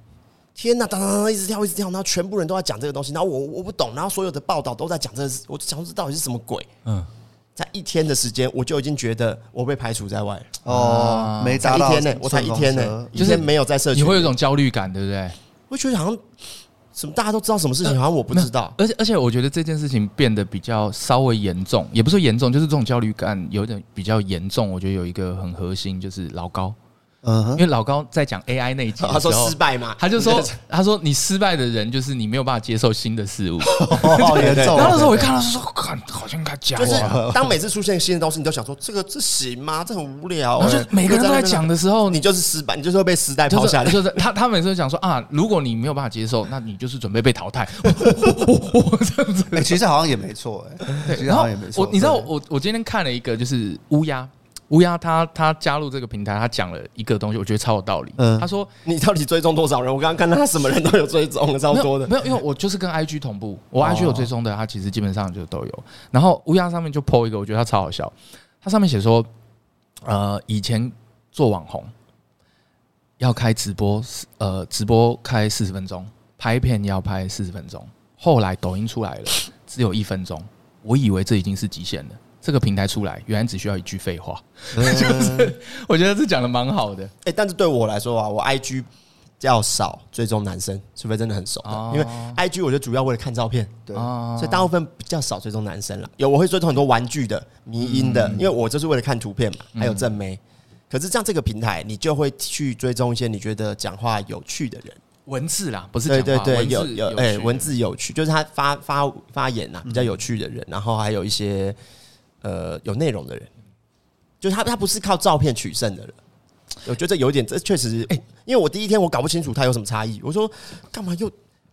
Speaker 3: 天呐，当当当，一直跳一直跳，然后全部人都在讲这个东西，然后我我不懂，然后所有的报道都在讲这个，我就想说这到底是什么鬼？
Speaker 2: 嗯，
Speaker 3: 在一天的时间，我就已经觉得我被排除在外了。
Speaker 2: 啊
Speaker 4: 哦，没
Speaker 3: 才
Speaker 4: 达
Speaker 3: 一
Speaker 4: 到
Speaker 3: 天呢、我才一天呢、
Speaker 4: 就
Speaker 3: 一
Speaker 4: 是
Speaker 3: 天没有在社群
Speaker 2: 你
Speaker 3: 里
Speaker 2: 会有
Speaker 3: 面，
Speaker 2: 一种焦虑感，对不对？
Speaker 3: 我觉得好像什么大家都知道什么事情，好像我不
Speaker 2: 没有
Speaker 3: 知道。
Speaker 2: 而且而且，我觉得这件事情变得比较稍微严重，也不是说严重，就是这种焦虑感有点比较严重。我觉得有一个很核心就是老高，
Speaker 4: 嗯
Speaker 2: 因
Speaker 4: 哼，
Speaker 2: 为老高在讲 AI 那一集的
Speaker 3: 他说
Speaker 2: 时候
Speaker 3: 失，败嘛，
Speaker 2: 他就 说 他说你失败的人就是你没有办法接受新的 事物。
Speaker 4: 哦，严重。
Speaker 2: 然后那时候我一看，他说看好像应该讲，
Speaker 3: 就是
Speaker 2: 然
Speaker 3: 当每次出现新的东西，你都想说这个这行吗？这很无聊、
Speaker 2: 后就
Speaker 3: 欸
Speaker 2: 每个人都在讲，的时候，
Speaker 3: 你
Speaker 2: 你
Speaker 3: 就是失败，你就是会被时代抛
Speaker 2: 就是
Speaker 3: 下来。
Speaker 2: 就是他他每次都讲说啊，如果你没有办法接受，那你就是准备被淘汰。这样子，
Speaker 4: 哎，其实好像也没错，哎，其
Speaker 2: 对，
Speaker 4: 实
Speaker 2: 然
Speaker 4: 好
Speaker 2: 后
Speaker 4: 像也没错。
Speaker 2: 我你知道
Speaker 4: 对
Speaker 2: 我我今天看了一个就是乌鸦，乌鸦他他加入这个平台，他讲了一个东西，我觉得超有道理。
Speaker 4: 嗯
Speaker 2: 他说
Speaker 3: 你到底追踪多少人？我刚刚看到他什么人都有追踪，超
Speaker 2: 没
Speaker 3: 多
Speaker 2: 有
Speaker 3: 的。哦
Speaker 2: 没有，因为我就是 跟 IG 同步，我 IG 有追踪的，他其实基本上就都有。然后乌鸦上面就 PO 一个，我觉得他超好笑，他上面写说，呃，以前做网红要开直播，呃，直播开四十分钟，拍片要拍四十分钟，后来抖音出来了，只有一分钟，我以为这已经是极限了。这个平台出来，原来只需要一句废话，
Speaker 3: 嗯
Speaker 2: 就是我觉得这讲的蛮好的。
Speaker 3: 哎、但是对我来说啊，我 IG 较少追踪男生，除非真的很熟的，
Speaker 2: 哦
Speaker 3: 因为 IG 我就主要为了看照片。
Speaker 4: 对
Speaker 2: 啊
Speaker 3: 所以大部分比较少追踪男生了，有我会追踪很多玩具的、迷音的，因为我就是为了看图片嘛，还有正妹。可是这样这个平台，你就会去追踪一些你觉得讲话有趣的人，
Speaker 2: 文字啦，不是
Speaker 3: 对
Speaker 2: 讲
Speaker 3: 对
Speaker 2: 话，
Speaker 3: 对，
Speaker 2: 文字
Speaker 3: 有有哎、
Speaker 2: 趣
Speaker 3: 文字有趣，就是他发发发言呐、啊，比较有趣的人，然后还有一些呃有内容的人，就是他他不是靠照片取胜的人。我觉得这有点，这确实，哎因为我第一天我搞不清楚他有什么差异，我说干嘛又，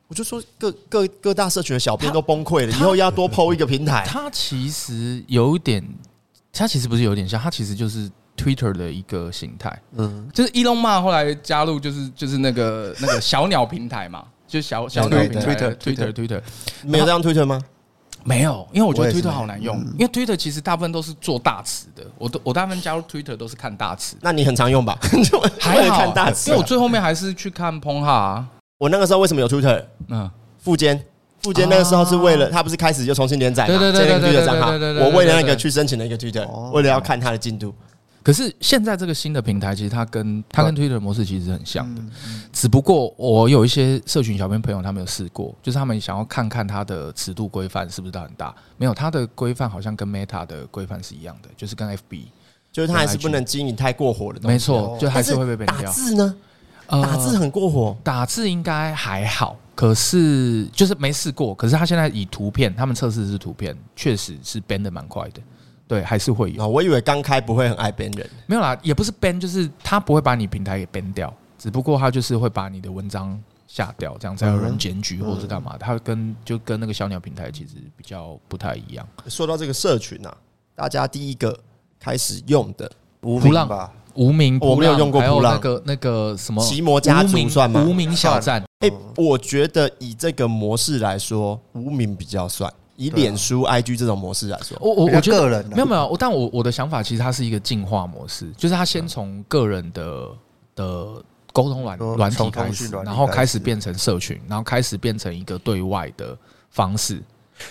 Speaker 3: 我就说各各各大社群的小编都崩溃了，以后要多剖一个平台。
Speaker 2: 它其实有点，它其实不是有点像，它其实就是 Twitter 的一个形态，
Speaker 4: 嗯，
Speaker 2: 就是 Elon Musk 后来加入就是就是那个那个小鸟平台嘛， 就是小小鸟平台
Speaker 4: Twitter-
Speaker 2: Twitter Twitter
Speaker 3: 没有这样推特吗？
Speaker 2: 没有，嗯因为我觉
Speaker 4: 我
Speaker 2: 得
Speaker 4: 也是
Speaker 2: Twitter
Speaker 4: 没有
Speaker 2: 好难用，因为 Twitter 其实大部分都是做大词的，我都我大部分加入 Twitter 都是看大词，
Speaker 3: 那你很常用吧？ 就
Speaker 2: 还好
Speaker 3: 看大词啊
Speaker 2: 因为我。最后面还是去看 p o n h a 啊，
Speaker 3: 我那个时候为什么有 Twitter？
Speaker 2: 嗯，
Speaker 3: 富坚，富坚那个时候是为了他不是开始就重新连载嘛，
Speaker 2: 哦对对对
Speaker 3: 建立
Speaker 2: 对对
Speaker 3: Twitter 账号
Speaker 2: 对对对对对对。对
Speaker 3: 我为了那个去申请了一个 Twitter，
Speaker 4: 哦
Speaker 3: 为了要看他的进度。
Speaker 2: 可是现在这个新的平台，其实它跟它跟 Twitter 的模式其实是很像的，
Speaker 3: 嗯
Speaker 2: 只不过我有一些社群小编朋友，他们有试过，就是他们想要看看它的尺度规范是不是到很大。没有，它的规范好像跟 Meta 的规范是一样的，就是跟 FB，
Speaker 3: 就是他还是不能经营太过火的东西。
Speaker 2: 没错，就还
Speaker 3: 但
Speaker 2: 是会被被
Speaker 3: 打
Speaker 2: 掉。
Speaker 3: 字呢，
Speaker 2: 呃
Speaker 3: 打字很过火，
Speaker 2: 打字应该还好，可是就是没试过。可是他现在以图片，他们测试是图片，确实是 ban 的蛮快的。对，还是会有
Speaker 3: 啊，我以为刚开不会很爱编人，
Speaker 2: 没有啦，也不是 ban，就是他不会把你平台给 ban 掉，只不过他就是会把你的文章下掉，这样才有人检举或者是干
Speaker 3: 嗯
Speaker 2: 嘛的。他跟就跟那个小鸟平台其实比较不太一样。
Speaker 3: 说到这个社群啊，大家第一个开始用的
Speaker 4: 无
Speaker 2: 扑
Speaker 4: 名
Speaker 2: 浪
Speaker 4: 吧，
Speaker 2: 无名
Speaker 3: 哦我
Speaker 2: 扑
Speaker 3: 没有
Speaker 2: 浪，
Speaker 3: 用过
Speaker 2: 还有
Speaker 3: 扑浪
Speaker 2: 那个那个什么
Speaker 3: 奇摩家族
Speaker 2: 无名
Speaker 3: 算吗
Speaker 2: 无名小站，
Speaker 3: 哎、我觉得以这个模式来说，无名比较算。
Speaker 2: 啊
Speaker 3: 以脸书、IG 这种模式来说，
Speaker 2: 我我
Speaker 4: 比较
Speaker 2: 我觉得
Speaker 4: 个人啊
Speaker 2: 没有没有，我但我我的想法其实它是一个进化模式，就是它先从个人的的沟通软
Speaker 3: 哦
Speaker 4: 嗯
Speaker 2: 软体
Speaker 4: 从
Speaker 2: 开
Speaker 4: 通讯
Speaker 2: 始，
Speaker 4: 软体
Speaker 2: 然后开
Speaker 4: 开
Speaker 2: 始
Speaker 4: 始
Speaker 2: 变成社群，然后开始变成一个对外的方式。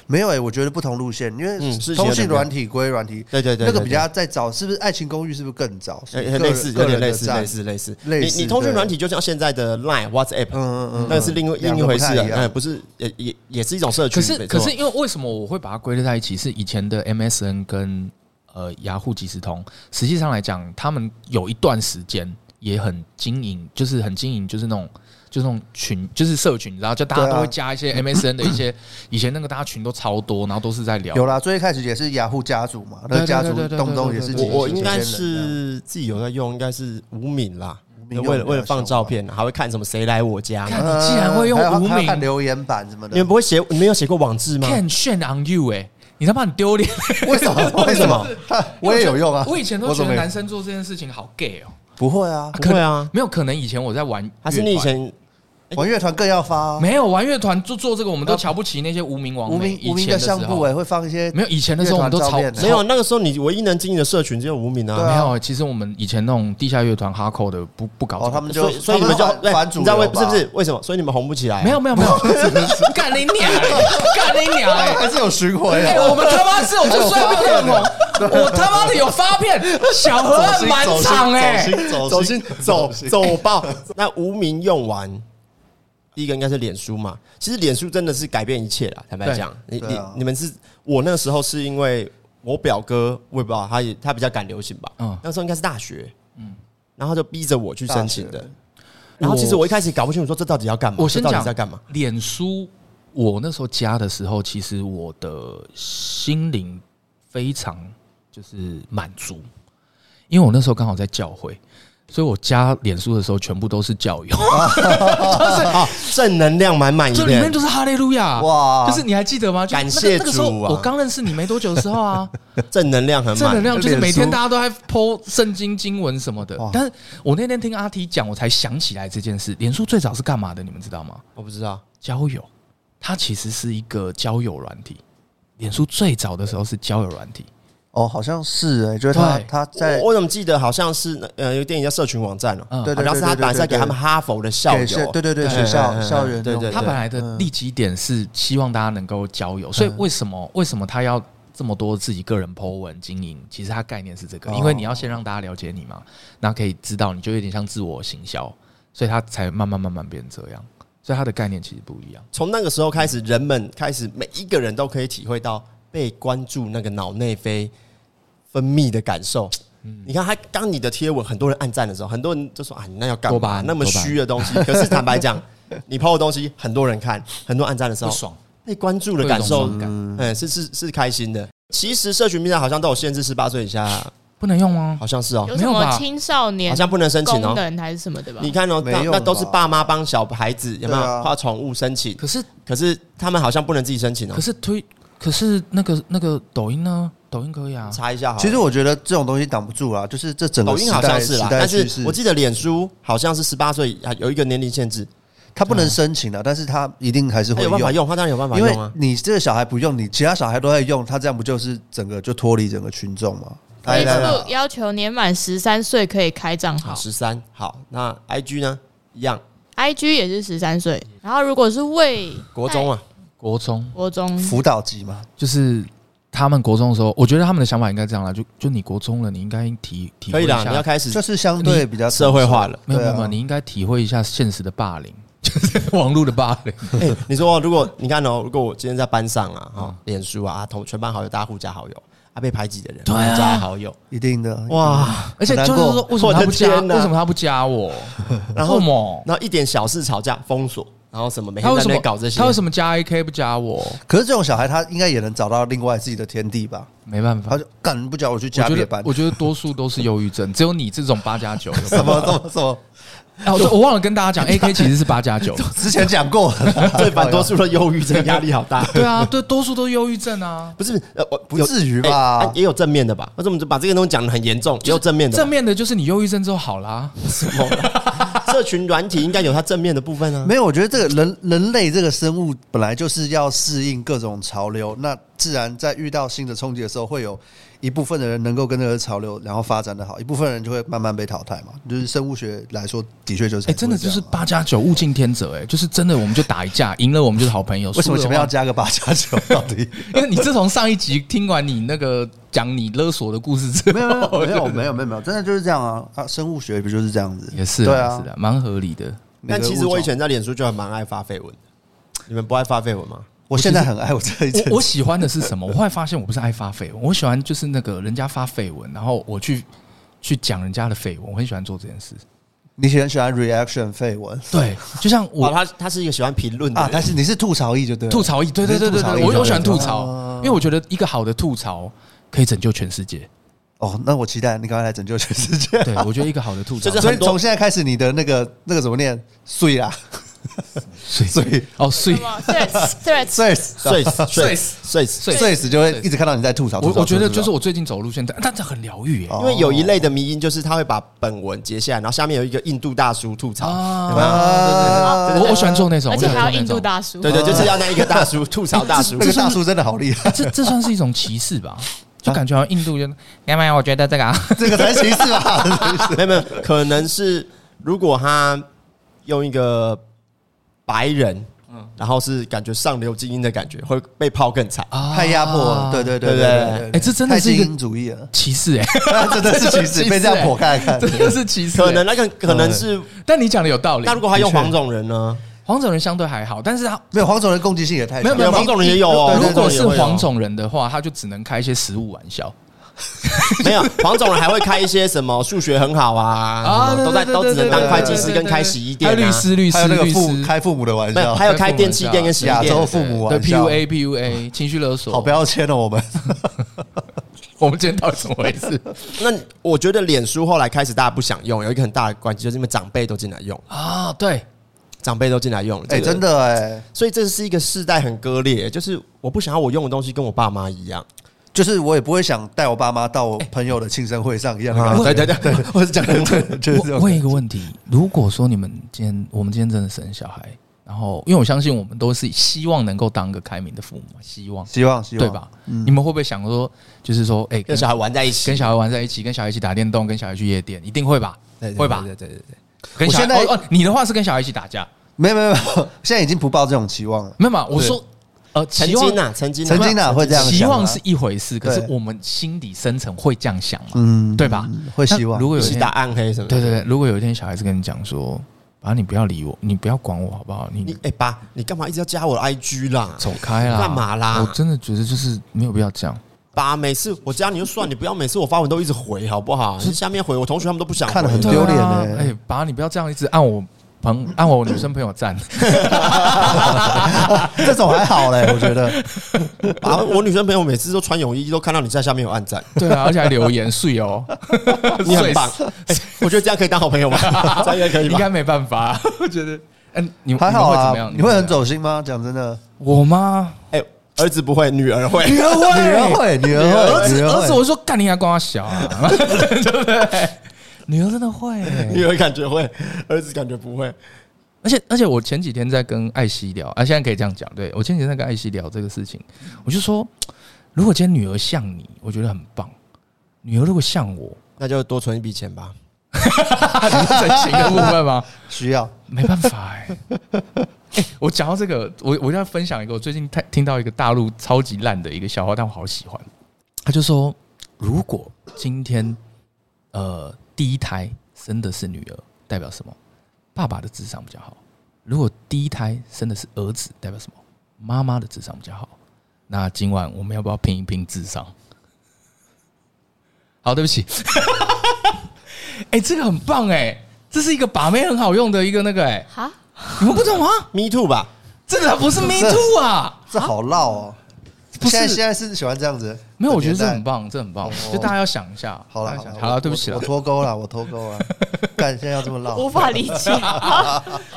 Speaker 4: 没有哎、我觉得不同路线，因为
Speaker 3: 嗯是
Speaker 4: 通
Speaker 3: 有
Speaker 4: 讯
Speaker 3: 点
Speaker 4: 软体归软体，
Speaker 3: 对对对，
Speaker 4: 那个
Speaker 3: 对
Speaker 4: 比较在早，是不是《爱情公寓》是不是更早？
Speaker 3: 对
Speaker 4: 个
Speaker 3: 呃
Speaker 4: 人
Speaker 3: 类似，
Speaker 4: 个
Speaker 3: 有点
Speaker 4: 人的
Speaker 3: 类似，
Speaker 4: 站
Speaker 3: 类似，类似。
Speaker 4: 类
Speaker 3: 你
Speaker 4: 似
Speaker 3: 你通讯
Speaker 4: 对
Speaker 3: 软体就像现在的 Line、WhatsApp，
Speaker 4: 嗯嗯嗯，
Speaker 3: 那是另外
Speaker 4: 两
Speaker 3: 另
Speaker 4: 个
Speaker 3: 一回事
Speaker 4: 不太
Speaker 3: 啊
Speaker 4: 一，样
Speaker 3: 那不是也也也是一种社群。
Speaker 2: 可是
Speaker 3: 没
Speaker 2: 可
Speaker 3: 错
Speaker 2: 是因为为什么我会把它归类在一起？是以前的 MSN 跟呃雅虎即时通，实际上来讲，他们有一段时间也很经营，就是很经营，就是那种。就是那种群，就是社群，你知道，就大家
Speaker 4: 对啊
Speaker 2: 都会加一些 MSN 的一 些，以前那个大家群都超多，然后都是在聊
Speaker 4: 有啦，最一开始也是雅虎家族嘛，那
Speaker 2: 对对
Speaker 4: 个家族
Speaker 2: 对对对对
Speaker 4: 东东也是
Speaker 2: 对
Speaker 4: 几
Speaker 3: 我
Speaker 2: 对
Speaker 4: 几
Speaker 3: 我
Speaker 4: 几
Speaker 3: 应该
Speaker 4: 千人这样
Speaker 3: 是自己有在用，应该是无敏啦。
Speaker 4: 名
Speaker 3: 为了
Speaker 4: 用比
Speaker 3: 为了
Speaker 4: 较
Speaker 3: 放
Speaker 4: 少
Speaker 3: 照
Speaker 4: 吧，
Speaker 3: 片，还会看什么谁来我家嘛？
Speaker 2: 看你竟然会用
Speaker 4: 呃还有
Speaker 2: 无名
Speaker 4: 还有看留言板什么
Speaker 3: 你们
Speaker 4: 的，
Speaker 3: 不会写，你们有写过网志吗？啊
Speaker 2: Can shame on you 哎、你他妈很丢脸！
Speaker 4: 为什么？为什么？ 我也有用啊，
Speaker 2: 我以前都
Speaker 4: 我
Speaker 2: 觉
Speaker 4: 怎么
Speaker 2: 得
Speaker 4: 也
Speaker 2: 男生做这件事情好 gay 哦、
Speaker 4: 不会啊，
Speaker 3: 不会啊，
Speaker 2: 没有可能以前我在玩乐团，
Speaker 3: 还是你以前
Speaker 4: 玩乐团更要发啊，
Speaker 2: 没有玩乐团就做这个，我们都瞧不起那些无名王
Speaker 4: 呃无
Speaker 2: 美
Speaker 4: 名
Speaker 2: 以
Speaker 4: 无名
Speaker 2: 前
Speaker 4: 的
Speaker 2: 的时
Speaker 4: 相簿
Speaker 2: 候，啊
Speaker 4: 哎，会放一些
Speaker 2: 没有以前的时候我们都
Speaker 4: 乐团
Speaker 2: 超
Speaker 4: 照片呢啊
Speaker 3: 没有？哦那个时候你唯一能经营的社群只有无敏啊。
Speaker 4: 对啊
Speaker 2: 没有，其实我们以前那种地下乐团、哈扣的不不搞这
Speaker 4: 哦，
Speaker 2: 个、
Speaker 4: 他们
Speaker 3: 所
Speaker 4: 就
Speaker 3: 以所以你
Speaker 4: 他
Speaker 3: 们就
Speaker 4: 反
Speaker 3: 对
Speaker 4: 反主
Speaker 3: 你知道为
Speaker 4: 流吧
Speaker 3: 不是不是为什么？所以你们红不起来啊、
Speaker 2: 没有没有没 有，干你娘欸！干你娘欸！
Speaker 4: 还是有巡回
Speaker 2: 哎、
Speaker 4: 啊，
Speaker 2: 我们他妈是有去 摔片哦，我他妈的有发片，小河岸满场哎、
Speaker 4: 走
Speaker 3: 走
Speaker 4: 心
Speaker 3: 心走走爆。那无名用完，第一个应该是脸书嘛。其实脸书真的是改变一切啦，坦白讲，你
Speaker 4: 对
Speaker 3: 你
Speaker 4: 啊
Speaker 3: 你们是我那时候是因为我表哥，我也不知道，他也他比较赶流行吧。
Speaker 2: 嗯
Speaker 3: 那时候应该是大学，嗯，然后就逼着我去申请
Speaker 4: 大
Speaker 3: 的。然后其实我一开始搞不清楚，说这到底要干嘛？
Speaker 2: 我先
Speaker 3: 这到
Speaker 2: 讲
Speaker 3: 底在干嘛？？
Speaker 2: 脸书，我那时候加的时候，其实我的心灵非常就是满足，因为我那时候刚好在教会，所以我加脸书的时候，全部都是教友，
Speaker 3: 啊，正能量满满一
Speaker 2: 就里面
Speaker 3: 遍
Speaker 2: 都，是哈利路亚哇！
Speaker 4: 哇
Speaker 2: 就是你还记得吗？就
Speaker 3: 感谢
Speaker 2: 那个那个时候
Speaker 3: 主啊
Speaker 2: 我刚认识你没多久的时候啊，
Speaker 3: 正能量很
Speaker 2: 正能
Speaker 3: 满。
Speaker 2: 量就是每
Speaker 4: 脸
Speaker 2: 天
Speaker 4: 书
Speaker 2: 大家都在剖圣经经文什么的。但是我那天听阿 T 讲，我才想起来这件事。脸书最早是干嘛的？你们知道吗？
Speaker 3: 我不知道，
Speaker 2: 交友，它其实是一个交友软体。脸书最早的时候是交友软体，
Speaker 4: 哦，好像是哎，就是他
Speaker 2: 对
Speaker 4: 他在
Speaker 3: 我我怎么记得好像是呃有个电影叫《社群网站》哦，
Speaker 2: 嗯
Speaker 4: 对
Speaker 3: 好
Speaker 4: 对
Speaker 3: 像是他
Speaker 4: 对对
Speaker 3: 本来是在
Speaker 4: 对
Speaker 3: 给他们哈佛的校
Speaker 4: 给
Speaker 3: 友，
Speaker 4: 对对对
Speaker 2: 对
Speaker 4: 学校
Speaker 3: 嗯
Speaker 4: 校园
Speaker 3: 对
Speaker 4: 那
Speaker 3: 对
Speaker 4: 种
Speaker 3: 嗯
Speaker 2: 它本来的立基点是希望大家能够交友，所以为什么为什么他要这么多自己个人 po 文经营？其实它概念是这个，
Speaker 4: 哦
Speaker 2: 因为你要先让大家了解你嘛，那可以知道你就有点像自我行销，所以它才慢慢慢慢变这样。所以它的概念其实不一样。
Speaker 3: 从那个时候开始，人们开始每一个人都可以体会到被关注那个脑内啡分泌的感受。
Speaker 4: 嗯
Speaker 3: 你看，他当你的贴文很多人按赞的时候，很多人就说：“啊，你那要干
Speaker 2: 多巴
Speaker 3: 嘛？
Speaker 2: 胺
Speaker 3: 那么
Speaker 2: 多巴胺
Speaker 3: 虚的东西。”可是坦白讲， 你抛的东西很多人看，很多人按赞的时候
Speaker 2: 不，爽
Speaker 3: 被关注的感
Speaker 2: 会有
Speaker 3: 受
Speaker 2: 一种爽，感
Speaker 3: 嗯，是是是开心的。其实社群平台好像都有限制，十八岁以下，
Speaker 2: 不能用吗？
Speaker 3: 好像是哦，
Speaker 5: 有什
Speaker 2: 没有吧
Speaker 5: 么青少年
Speaker 3: 好像不能申请
Speaker 5: 功
Speaker 3: 哦。
Speaker 5: 能还是什么的吧？
Speaker 3: 你看哦，
Speaker 4: 没
Speaker 3: 那
Speaker 4: 用
Speaker 3: 那都是
Speaker 4: 吧
Speaker 3: 爸妈帮小孩子有没
Speaker 4: 对
Speaker 3: 有
Speaker 4: 啊
Speaker 3: 画宠物申请？
Speaker 2: 可是
Speaker 3: 可是他们好像不能自己申请哦
Speaker 2: 可。是推，可是那个那个抖音呢？抖音可以啊。
Speaker 3: 查一下好了。
Speaker 4: 其实我觉得这种东西挡不住啦，啊就是这整个
Speaker 3: 抖音好像是啦
Speaker 4: 时，代
Speaker 3: 但
Speaker 4: 趋
Speaker 3: 是
Speaker 4: 势，
Speaker 3: 我记得脸书好像是十八岁啊，有一个年龄限制，
Speaker 4: 他不能申请了，但是他一定还是
Speaker 3: 他嗯哎
Speaker 4: 会
Speaker 3: 有办法用，他当然有办法
Speaker 4: 因为
Speaker 3: 用啊。
Speaker 4: 你这个小孩不用，你其他小孩都在用，他这样不就是整个就脱离整个群众吗？来来来，
Speaker 5: Facebook 要求年满十三岁可以开账号
Speaker 3: 十三好，那 IG 呢一样，
Speaker 5: ，IG 也是十三岁。然后如果是未
Speaker 3: 国中啊，
Speaker 2: 国中
Speaker 5: 国中，
Speaker 3: 嗯
Speaker 4: 辅导级嘛，
Speaker 2: 就是他们国中的时候，我觉得他们的想法应该这样啦，就就你国中了，你应该体体
Speaker 3: 可
Speaker 2: 会哎
Speaker 3: 以
Speaker 2: 一
Speaker 3: 啦，你要
Speaker 2: 下，
Speaker 3: 开始
Speaker 4: 就是相对比较
Speaker 3: 社会化了。
Speaker 2: 没有没
Speaker 4: 对啊
Speaker 2: 有没有，你应该体会一下现实的霸凌，就是网络的霸 凌。
Speaker 3: 哎、你说哦如果你看哦，如果我今天在班上啊，哈、
Speaker 2: 嗯
Speaker 3: 脸书啊，啊同全班好友大家互加好友，啊，被排挤的人
Speaker 2: 对啊
Speaker 3: 互加好友，嗯
Speaker 4: 一定的
Speaker 3: 哇，
Speaker 2: 而且就是
Speaker 4: 很难
Speaker 2: 说
Speaker 4: 过，
Speaker 2: 为什么他不加？
Speaker 3: 我的
Speaker 2: 为
Speaker 3: 天哪
Speaker 2: 什么他不加我？
Speaker 3: 然后
Speaker 2: 哎为什么
Speaker 3: 然后一点小事吵架封锁，然后什么每
Speaker 2: 他
Speaker 3: 天
Speaker 2: 为
Speaker 3: 在
Speaker 2: 什
Speaker 3: 那
Speaker 2: 么
Speaker 3: 边搞这些，
Speaker 2: 他为什么加 AK 不加我？
Speaker 4: 可是这种小孩他应该也能找到另外自己的天地吧？
Speaker 2: 没办
Speaker 3: 嗯
Speaker 2: 法
Speaker 4: 他，就干不叫我去
Speaker 2: 我
Speaker 4: 加
Speaker 2: 觉
Speaker 4: 别
Speaker 2: 得
Speaker 4: 班，
Speaker 2: 我觉得多数都是忧郁 症，只有你这种八加九的。
Speaker 4: 什么什么什么，
Speaker 2: 啊，我我忘了跟大家讲，AK 其实是八 加九。
Speaker 4: 之前讲过了，
Speaker 3: 对反多数的忧郁症压力好大？
Speaker 2: 对啊，对，多数都是忧郁症啊。
Speaker 3: 不是，呃，我
Speaker 4: 不至于吧
Speaker 3: 哎啊也有正面的吧？我怎么就把这个东西讲的很严重？也有正面的吧，
Speaker 2: 正面的就是你忧郁症之后好啦。
Speaker 3: 哦社群软体应该有它正面的部分啊。
Speaker 4: 没有，我觉得这个人人类这个生物本来就是要适应各种潮流，那自然在遇到新的冲击的时候，会有一部分的人能够跟这个潮流然后发展的好，一部分人就会慢慢被淘汰嘛。就是生物学来说，的确就是
Speaker 2: 哎，真的
Speaker 4: 会这
Speaker 2: 就
Speaker 4: 样
Speaker 2: 是
Speaker 4: 啊
Speaker 2: 八加九，物竞天择。哎，就是真的，我们就打一架，赢了我们就是好朋友。
Speaker 4: 为什么
Speaker 2: 输了的话
Speaker 4: 前面要加个八加九？到底
Speaker 2: 因为你自从上一集听完你那个讲你勒索的故事之后，
Speaker 4: 没有没有没有没有没有没有，真的就是这样啊！啊，生物学不就是这样子？
Speaker 2: 也是
Speaker 4: 对
Speaker 2: 啊，
Speaker 4: 啊
Speaker 2: 是。的，蛮合理的。
Speaker 4: 每个
Speaker 3: 但其实
Speaker 4: 物
Speaker 3: 我以
Speaker 4: 种
Speaker 3: 前在脸书就还蛮爱发绯闻的，你们不爱发绯闻吗？
Speaker 4: 我现在很爱我这一阵
Speaker 2: 我我喜欢的是什么？我后来发现我不是爱发绯闻，我喜欢就是那个人家发绯闻，然后我去去讲人家的绯闻，我很喜欢做这件事。
Speaker 4: 你喜欢喜欢 reaction 绯闻
Speaker 2: 对，就像我
Speaker 3: 哦，他他是一个喜欢评论的
Speaker 4: 啊
Speaker 3: 人，，
Speaker 4: 但是你是吐槽艺就对了，
Speaker 2: 吐槽一，对对
Speaker 4: 你是
Speaker 2: 对对
Speaker 4: 吐槽
Speaker 2: 对，
Speaker 4: 一
Speaker 2: 我
Speaker 4: 就
Speaker 2: 我喜欢
Speaker 4: 对
Speaker 2: 吐
Speaker 4: 了
Speaker 2: 槽，因为我觉得一个好的吐槽可以拯救全世界。
Speaker 4: 哦。那我期待你赶快来拯救全世界。
Speaker 2: 对，我觉得一个好的吐槽
Speaker 3: 这，是
Speaker 4: 所以
Speaker 3: 很多
Speaker 4: 从现在开始，你的那个那个怎么念？碎啊，
Speaker 2: 所以
Speaker 4: 所以
Speaker 2: 哦，所以
Speaker 5: 什么 threats threats
Speaker 4: 碎死
Speaker 3: 睡死睡死睡死。
Speaker 2: 所以
Speaker 4: 碎死，就会一直看到你在吐槽。
Speaker 2: 我
Speaker 4: 吐槽
Speaker 2: 我觉得
Speaker 4: 吐槽
Speaker 2: 就是我最近走路线，但但是很疗愈耶。
Speaker 4: 哦
Speaker 3: 因为有一类的迷因就是他会把本文截下来，然后下面有一个印度大叔吐槽，
Speaker 4: 哦
Speaker 2: 啊
Speaker 3: 有没有
Speaker 4: 啊
Speaker 2: 我我喜欢做那种，
Speaker 5: 而
Speaker 2: 我
Speaker 5: 且
Speaker 2: 喜欢
Speaker 5: 还
Speaker 2: 做
Speaker 5: 有
Speaker 2: 那
Speaker 5: 印度
Speaker 2: 种
Speaker 5: 大叔，
Speaker 3: 对对，就是要那一个大 叔吐槽大叔
Speaker 4: 那。个大叔真的好厉害，
Speaker 2: 这这算是一种歧视 吧？就感觉好像印度人，没有没有，我觉得这个啊，
Speaker 4: 这个才歧视啊！
Speaker 3: 没有没有，可能是如果他用一个白人，
Speaker 2: 嗯
Speaker 3: 然后是感觉上流精英的感觉，会被泡更惨。
Speaker 4: 啊太压迫了，对对对对
Speaker 3: 对
Speaker 4: 对
Speaker 3: 对
Speaker 4: 对，
Speaker 2: 哎这真的
Speaker 4: 太
Speaker 2: 是一个，
Speaker 4: 精英主义了
Speaker 2: 歧视哎，
Speaker 4: 啊真的 是歧 视，被这样剖开来看，
Speaker 2: 真的是歧视欸。
Speaker 3: 可能那个可能是，
Speaker 2: 但你讲的有道理。
Speaker 3: 那如果他用
Speaker 4: 的确
Speaker 3: 黄种人呢？
Speaker 2: 黄种人相对还好，但是他
Speaker 4: 没有黄种人攻击性也太
Speaker 2: 没有没有
Speaker 3: 黄种人也有哦
Speaker 4: 对
Speaker 2: 如
Speaker 4: 对对
Speaker 2: 果
Speaker 3: 黄种人也
Speaker 2: 是
Speaker 3: 会有
Speaker 2: 黄种人的话，他就只能开一些食物玩笑
Speaker 3: 没有，黄种人还会开一些什么数学很好啊，什么都在
Speaker 2: 对对
Speaker 3: 都只能
Speaker 2: 对对
Speaker 3: 当
Speaker 2: 对
Speaker 3: 会计师
Speaker 2: 对
Speaker 3: 跟
Speaker 2: 对
Speaker 3: 开
Speaker 2: 对
Speaker 3: 洗衣
Speaker 2: 还
Speaker 3: 店、啊、
Speaker 2: 有律师、律
Speaker 4: 还有
Speaker 2: 师、
Speaker 4: 那个
Speaker 2: 律
Speaker 4: 父
Speaker 2: 师，
Speaker 4: 开父母的玩
Speaker 3: 没有，
Speaker 4: 笑，
Speaker 3: 还有开
Speaker 2: 开父母
Speaker 3: 电器
Speaker 2: 玩笑
Speaker 3: 店跟洗衣
Speaker 4: 亚
Speaker 3: 店
Speaker 4: 洲。父母
Speaker 2: 对
Speaker 4: 玩笑，
Speaker 2: PUA、PUA 情绪勒索。
Speaker 4: 好标签哦，我们
Speaker 2: 我们今天到底怎么回 事
Speaker 3: 那我觉得脸书后来开始大家不想用，有一个很大的关系，就是因为长辈都进来用，
Speaker 2: 啊？对，
Speaker 3: 长辈都进来用。这
Speaker 4: 哎，
Speaker 3: 个
Speaker 4: 真，的哎，
Speaker 3: 所以这是一个世代很割裂，就是我不想要我用的东西跟我爸妈一样。
Speaker 4: 就是我也不会想带我爸妈到我朋友的庆生会上一样 的感觉。
Speaker 3: 对对对，
Speaker 4: 哎啊我是讲的， 就是这
Speaker 2: 我
Speaker 4: 种
Speaker 2: 问一个问题：如果说你们今天，我们今天真的生小孩，然后因为我相信我们都是希望能够当个开明的父母嘛，希望
Speaker 4: 希望希嗯望
Speaker 2: 对？吧？你们会不会想说，就是说，哎、
Speaker 3: 跟
Speaker 2: 跟小
Speaker 3: 小孩玩在一起
Speaker 2: 跟。小孩玩在一起，跟小孩一起打电动，跟小孩去夜店，一定会吧？
Speaker 3: 对对对
Speaker 2: 会吧？
Speaker 3: 对对对对，
Speaker 2: 跟小孩
Speaker 4: 我现在
Speaker 2: 哦哦，你的话是跟小孩一起打架，
Speaker 4: 没有没有 没有，现在已经不抱这种期望了。
Speaker 2: 没有嘛？我说，呃，
Speaker 3: 曾
Speaker 2: 期望
Speaker 3: 经啊，曾经啊
Speaker 4: 曾经啊，会这样想啊
Speaker 2: 期望是一回事，可
Speaker 4: 对
Speaker 2: 是我们心底深层会这样想嘛？
Speaker 4: 嗯
Speaker 2: 对吧？
Speaker 4: 会希
Speaker 2: 那
Speaker 4: 望。
Speaker 2: 如果有一
Speaker 3: 一起
Speaker 2: 天
Speaker 3: 打暗黑什么的？
Speaker 2: 对对对，如果有一天小孩子跟你讲说：“爸，你不要理我，你不要管我，好不好？
Speaker 3: 你
Speaker 2: 你
Speaker 3: 哎爸，你干嘛一直要加我的 IG 啦？
Speaker 2: 走开啦，
Speaker 3: 干嘛啦
Speaker 2: 我真的觉得就是没有必要这样。
Speaker 3: 爸，每次我加你就算，你不要每次我发文都一直回好不好？你下面回我同学他们都不想回
Speaker 4: 看得很
Speaker 2: 对
Speaker 4: 丢脸
Speaker 2: 啊
Speaker 4: 欸
Speaker 2: 哎、爸，你不要这样一直按我朋按我女生朋友 赞。
Speaker 4: 这种还 好嘞，我觉得。
Speaker 3: 啊！ 我女生朋友每次都穿泳衣，都看到你在下面有暗赞，
Speaker 2: 对啊，而且还留言睡 哦，
Speaker 3: 你很棒
Speaker 2: 睡死。
Speaker 3: 哎我觉得这样可以当好朋友吗？这样应该可以
Speaker 2: 应
Speaker 3: 吧
Speaker 2: 该？没办法， 我觉得。嗯，你
Speaker 4: 还好
Speaker 2: 你们会怎
Speaker 4: 啊
Speaker 2: 么样？
Speaker 4: 你会很
Speaker 2: 怎么
Speaker 4: 走心吗？讲真的，
Speaker 2: 样我吗？
Speaker 3: 哎，儿子不会，女儿会。
Speaker 2: 儿
Speaker 4: 女儿会， 女儿
Speaker 2: 儿
Speaker 4: 会，
Speaker 2: 子
Speaker 4: 女
Speaker 2: 儿
Speaker 4: 儿
Speaker 2: 子，
Speaker 4: 会。
Speaker 2: 我说干你还管我小啊， 对不对？ 女儿真的会、欸
Speaker 3: 女儿感觉会，儿子感觉不会。
Speaker 2: 而且而且我前几天在跟艾希聊啊，现在可以这样讲，对我前几天在跟艾希聊这个事情，我就说，如果今天女儿像你，我觉得很棒；女儿如果像我，
Speaker 3: 那就多存一笔钱吧。
Speaker 2: 你是整形的部分吗？
Speaker 4: 需要
Speaker 2: 没办法哎、我讲到这个，我我要分享一个，我最近听听到一个大陆超级烂的一个笑话，但我好喜欢。他就说，如果今天呃第一胎生的是女儿，代表什么？爸爸的智商比较好。如果第一胎生的是儿子，代表什么？妈妈的智商比较好。那今晚我们要不要拼一拼智商？好，对不起。哎、这个很棒哎、这是一个把妹很好用的一个那个哎、
Speaker 5: 哈，
Speaker 2: 你们不懂啊？
Speaker 3: Me too 吧，
Speaker 2: 这个不是 me too 啊，
Speaker 4: 这好绕哦。
Speaker 2: 不
Speaker 4: 现在
Speaker 2: 是
Speaker 4: 现在是喜欢这样子，
Speaker 2: 没有，我觉得这
Speaker 4: 这年代
Speaker 2: 很。棒，这很棒
Speaker 4: 哦，
Speaker 2: 就大家要想一下。
Speaker 4: 好了
Speaker 2: 大家想一下
Speaker 4: 好
Speaker 2: 好了，
Speaker 4: 了，
Speaker 2: 对不起
Speaker 4: 我
Speaker 2: 了
Speaker 4: 我，脱钩了，我脱 钩了。干，现在要这么绕，
Speaker 5: 无法理 解。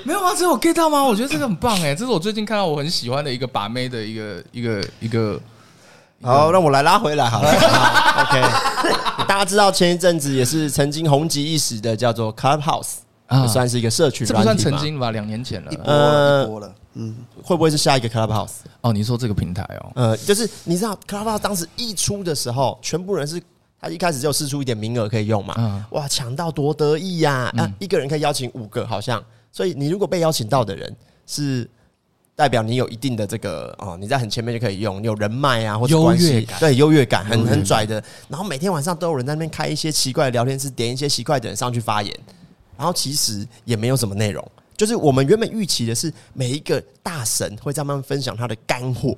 Speaker 2: 没有啊，这有 get 到吗？我觉得这个很棒哎，这是我最近看到我很喜欢的一个把妹的一个一个一个，
Speaker 3: 好，让我啊来拉回 来好了。好 OK，大家知道前一阵子也是曾经红极一时的叫做 Clubhouse，、
Speaker 2: 啊
Speaker 3: 算是一个社群
Speaker 2: 这不
Speaker 3: 软体
Speaker 2: 算
Speaker 3: 吗
Speaker 2: 曾经吧？两年前了
Speaker 4: 一波
Speaker 2: 啦。
Speaker 4: 了一波了。
Speaker 2: 哎
Speaker 4: 嗯，
Speaker 3: 会不会是下一个 Clubhouse？
Speaker 2: 哦，你说这个平台哦，
Speaker 3: 呃，就是你知道 Clubhouse 当时一出的时候，全部人是。他一开始就试出一点名额可以用嘛，
Speaker 2: 嗯
Speaker 3: 哇，抢到多得意呀、啊！一个人可以邀请五个，好像，所以你如果被邀请到的人是代表你有一定的这个哦，你在很前面就可以用，你有人脉啊，或者
Speaker 2: 优
Speaker 3: 关
Speaker 2: 越
Speaker 3: 系
Speaker 2: 感，
Speaker 3: 对，优越感很很拽的。然后每天晚上都有人在那边开一些奇怪的聊天室，点一些奇怪的人上去发言，然后其实也没有什么内容，就是我们原本预期的是每一个大神会在慢慢分享他的干货。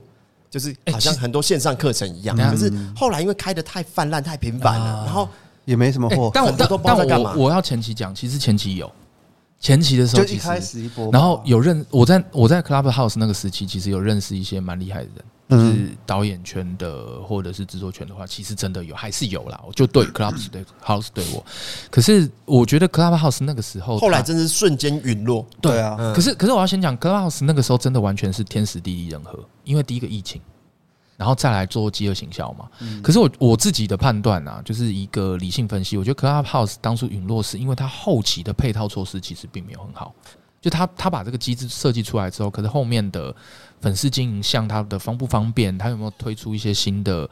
Speaker 3: 就是
Speaker 2: 哎
Speaker 3: 好像很多线上课程一样，
Speaker 2: 等一下
Speaker 3: 可是后来因为开的太泛滥、太频繁
Speaker 2: 啊
Speaker 3: 了，然后
Speaker 4: 也没什么
Speaker 2: 哎
Speaker 4: 货，
Speaker 2: 但我
Speaker 3: 很
Speaker 2: 但
Speaker 3: 多都不知道
Speaker 2: 但
Speaker 3: 在干
Speaker 2: 我
Speaker 3: 嘛
Speaker 2: 我要前期讲，其实前期有，前期的时候
Speaker 4: 就
Speaker 2: 其
Speaker 4: 一
Speaker 2: 实
Speaker 4: 开始一波吧。
Speaker 2: 然后有认我在我在 Clubhouse 那个时期，其实有认识一些蛮厉害的人，
Speaker 3: 嗯
Speaker 4: 嗯
Speaker 2: 就是导演圈的或者是制作圈的话，其实真的有还是有啦。我就 对 Clubhouse 对 House 对我，可是我觉得 Clubhouse 那个时候，
Speaker 3: 后来
Speaker 2: 它
Speaker 3: 真是瞬间陨落。
Speaker 4: 对啊，
Speaker 2: 可是可是我要先讲 Clubhouse 那个时候真的完全是天时地利人和，因为第一个疫情，然后再来做饥饿行销嘛。可是我我自己的判断啊，就是一个理性分析，我觉得 Clubhouse 当初陨落是因为它后期的配套措施其实并没有很好。就他他把这个机制设计出来之后，可是后面的粉丝经营像它的方不方便，它有没有推出一些新的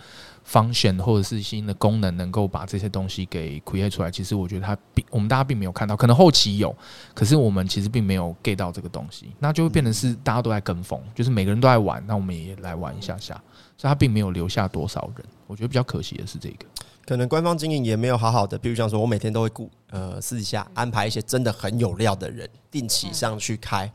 Speaker 2: function 或者是新的功能，能够把这些东西给 create 出来？其实我觉得它并我们大家并没有看到，可能后期有，可是我们其实并没有 get 到这个东西，那就会变成是大家都在跟风，就是每个人都在玩，那我们也来玩一下下，所以它并没有留下多少人。我觉得比较可惜的是这个，
Speaker 3: 可能官方经营也没有好好的，比如像说，我每天都会顾呃私底下安排一些真的很有料的人定期上去开，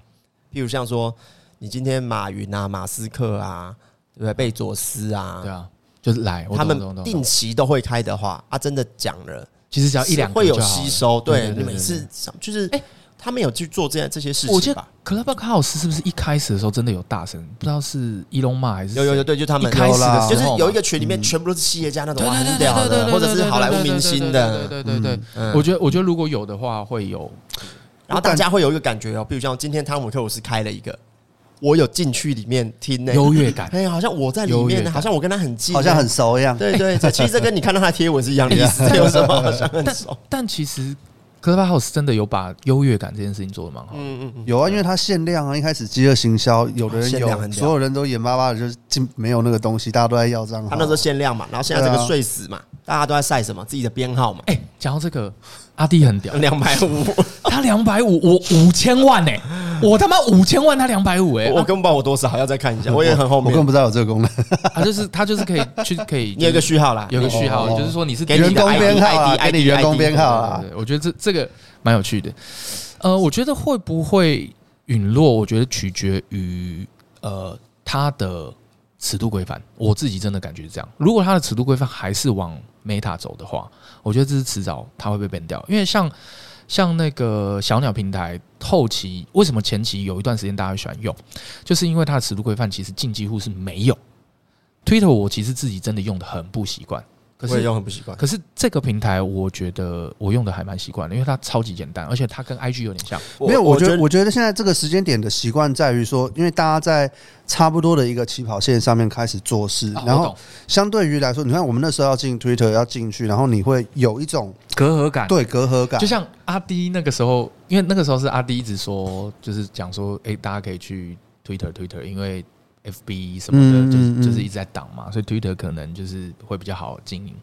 Speaker 3: 譬如像说你今天马云啊、马斯克啊，对不对？贝佐斯啊，
Speaker 2: 对啊，就是来，我
Speaker 3: 他
Speaker 2: 懂
Speaker 3: 们
Speaker 2: 懂懂
Speaker 3: 定
Speaker 2: 懂
Speaker 3: 期都会开的话，啊，真的讲了，
Speaker 2: 其实只要一
Speaker 3: 是
Speaker 2: 两个
Speaker 3: 会有
Speaker 2: 就好了
Speaker 3: 吸收，对
Speaker 2: 对
Speaker 3: 你
Speaker 2: 对
Speaker 3: 每
Speaker 2: 对哎
Speaker 3: 次上就是他们有去做这样这些事
Speaker 2: 我
Speaker 3: 情
Speaker 2: 记得
Speaker 3: 吧？
Speaker 2: Clubhouse 是不是一开始的时候真的有大神？不知道是伊隆马还是
Speaker 3: 有有有，
Speaker 2: 谁
Speaker 3: 对，就他
Speaker 2: 一
Speaker 3: 们
Speaker 2: 开始的时候
Speaker 3: 就是有
Speaker 2: 个
Speaker 3: 一个群里面全部都是企业家那种，
Speaker 2: 对
Speaker 3: 哇
Speaker 2: 对对对
Speaker 3: 很
Speaker 2: 对
Speaker 3: 屌的，
Speaker 2: 对，
Speaker 3: 或者是好莱坞明星的，
Speaker 2: 对对对对。
Speaker 3: 嗯
Speaker 2: 我觉得我觉得如果有的话，会有
Speaker 3: 然后大家会有一个感觉哦，比如像今天汤姆克鲁斯开了一个，我有进去里面听呢、
Speaker 2: 优越感。
Speaker 3: 哎，好像我在里
Speaker 2: 优越
Speaker 3: 面呢，
Speaker 2: 感
Speaker 3: 好像我跟他很近、欸
Speaker 4: 好像很熟一样。
Speaker 3: 对对，这其实这跟你看到他的贴文是
Speaker 2: 哎
Speaker 3: 一样的意思，这有什 么好像很熟？
Speaker 2: 但其实 Clubhouse 真的有把优越感这件事情做得蛮好的。
Speaker 3: 嗯嗯嗯，
Speaker 4: 有啊，因为它限量啊，一开始饥饿行销，有的人
Speaker 3: 限量很
Speaker 4: 有，
Speaker 3: 屌
Speaker 4: 所有人都眼巴巴的，就是进没有那个东西，大家都在要账号。
Speaker 3: 他那时候限量嘛，然后现在这
Speaker 4: 对
Speaker 3: 个
Speaker 4: 啊
Speaker 3: 睡死嘛，大家都在晒什么自己的编号嘛，
Speaker 2: 哎，讲到这个，阿弟很屌，
Speaker 3: 两百五，
Speaker 2: 他两百五，我五千万呢、我他妈五千万，他两百五哎，
Speaker 3: 我根本不知道我多少，还要再看一下，我也很后
Speaker 4: 我根本
Speaker 3: 面。
Speaker 4: 不知道有这个功能，
Speaker 2: 他啊就是他就是可以去可以，
Speaker 3: 你有一个序号啦，
Speaker 2: 有个序号，
Speaker 4: 哦
Speaker 2: 就是说你是
Speaker 3: 给
Speaker 2: 第
Speaker 3: 你
Speaker 2: 一
Speaker 4: 员
Speaker 2: 个
Speaker 4: 工
Speaker 3: ID
Speaker 4: 编号啊，
Speaker 3: ID
Speaker 4: 给你员工
Speaker 3: ID
Speaker 4: 编号啊
Speaker 2: 对，对对我觉得这这个蛮有趣的。呃，我觉得会不会陨落，我觉得取决于呃它的尺度规范。我自己真的感觉是这样。如果它的尺度规范还是往 Meta 走的话，我觉得这是迟早它会被 ban 掉。因为像像那个小鸟平台后期，为什么前期有一段时间大家会喜欢用，就是因为它的尺度规范其实近几乎是没有。Twitter 我其实自己真的用的很不习惯，可
Speaker 3: 我
Speaker 2: 是
Speaker 3: 也用很不习惯。
Speaker 2: 可是这个平台，我觉得我用的还蛮习惯的，因为它超级简单，而且它跟 IG 有点像。
Speaker 4: 没有，我觉得我觉得现在这个时间点的习惯在于说，因为大家在差不多的一个起跑线上面开始做事，
Speaker 2: 啊
Speaker 4: 然
Speaker 2: 我
Speaker 4: 后
Speaker 2: 懂
Speaker 4: 相对于来说，你看我们那时候要进 Twitter 要进去，然后你会有一种
Speaker 2: 隔阂感，
Speaker 4: 对啊隔阂感
Speaker 2: 就，像阿迪那个时候，因为那个时候是阿迪一直说，就是讲说，哎、大家可以去 Twitter Twitter，因为 FB 什么的，
Speaker 4: 嗯
Speaker 2: 就是
Speaker 4: 嗯
Speaker 2: 就是一直在挡嘛，所以 Twitter 可能就是会比较好经营。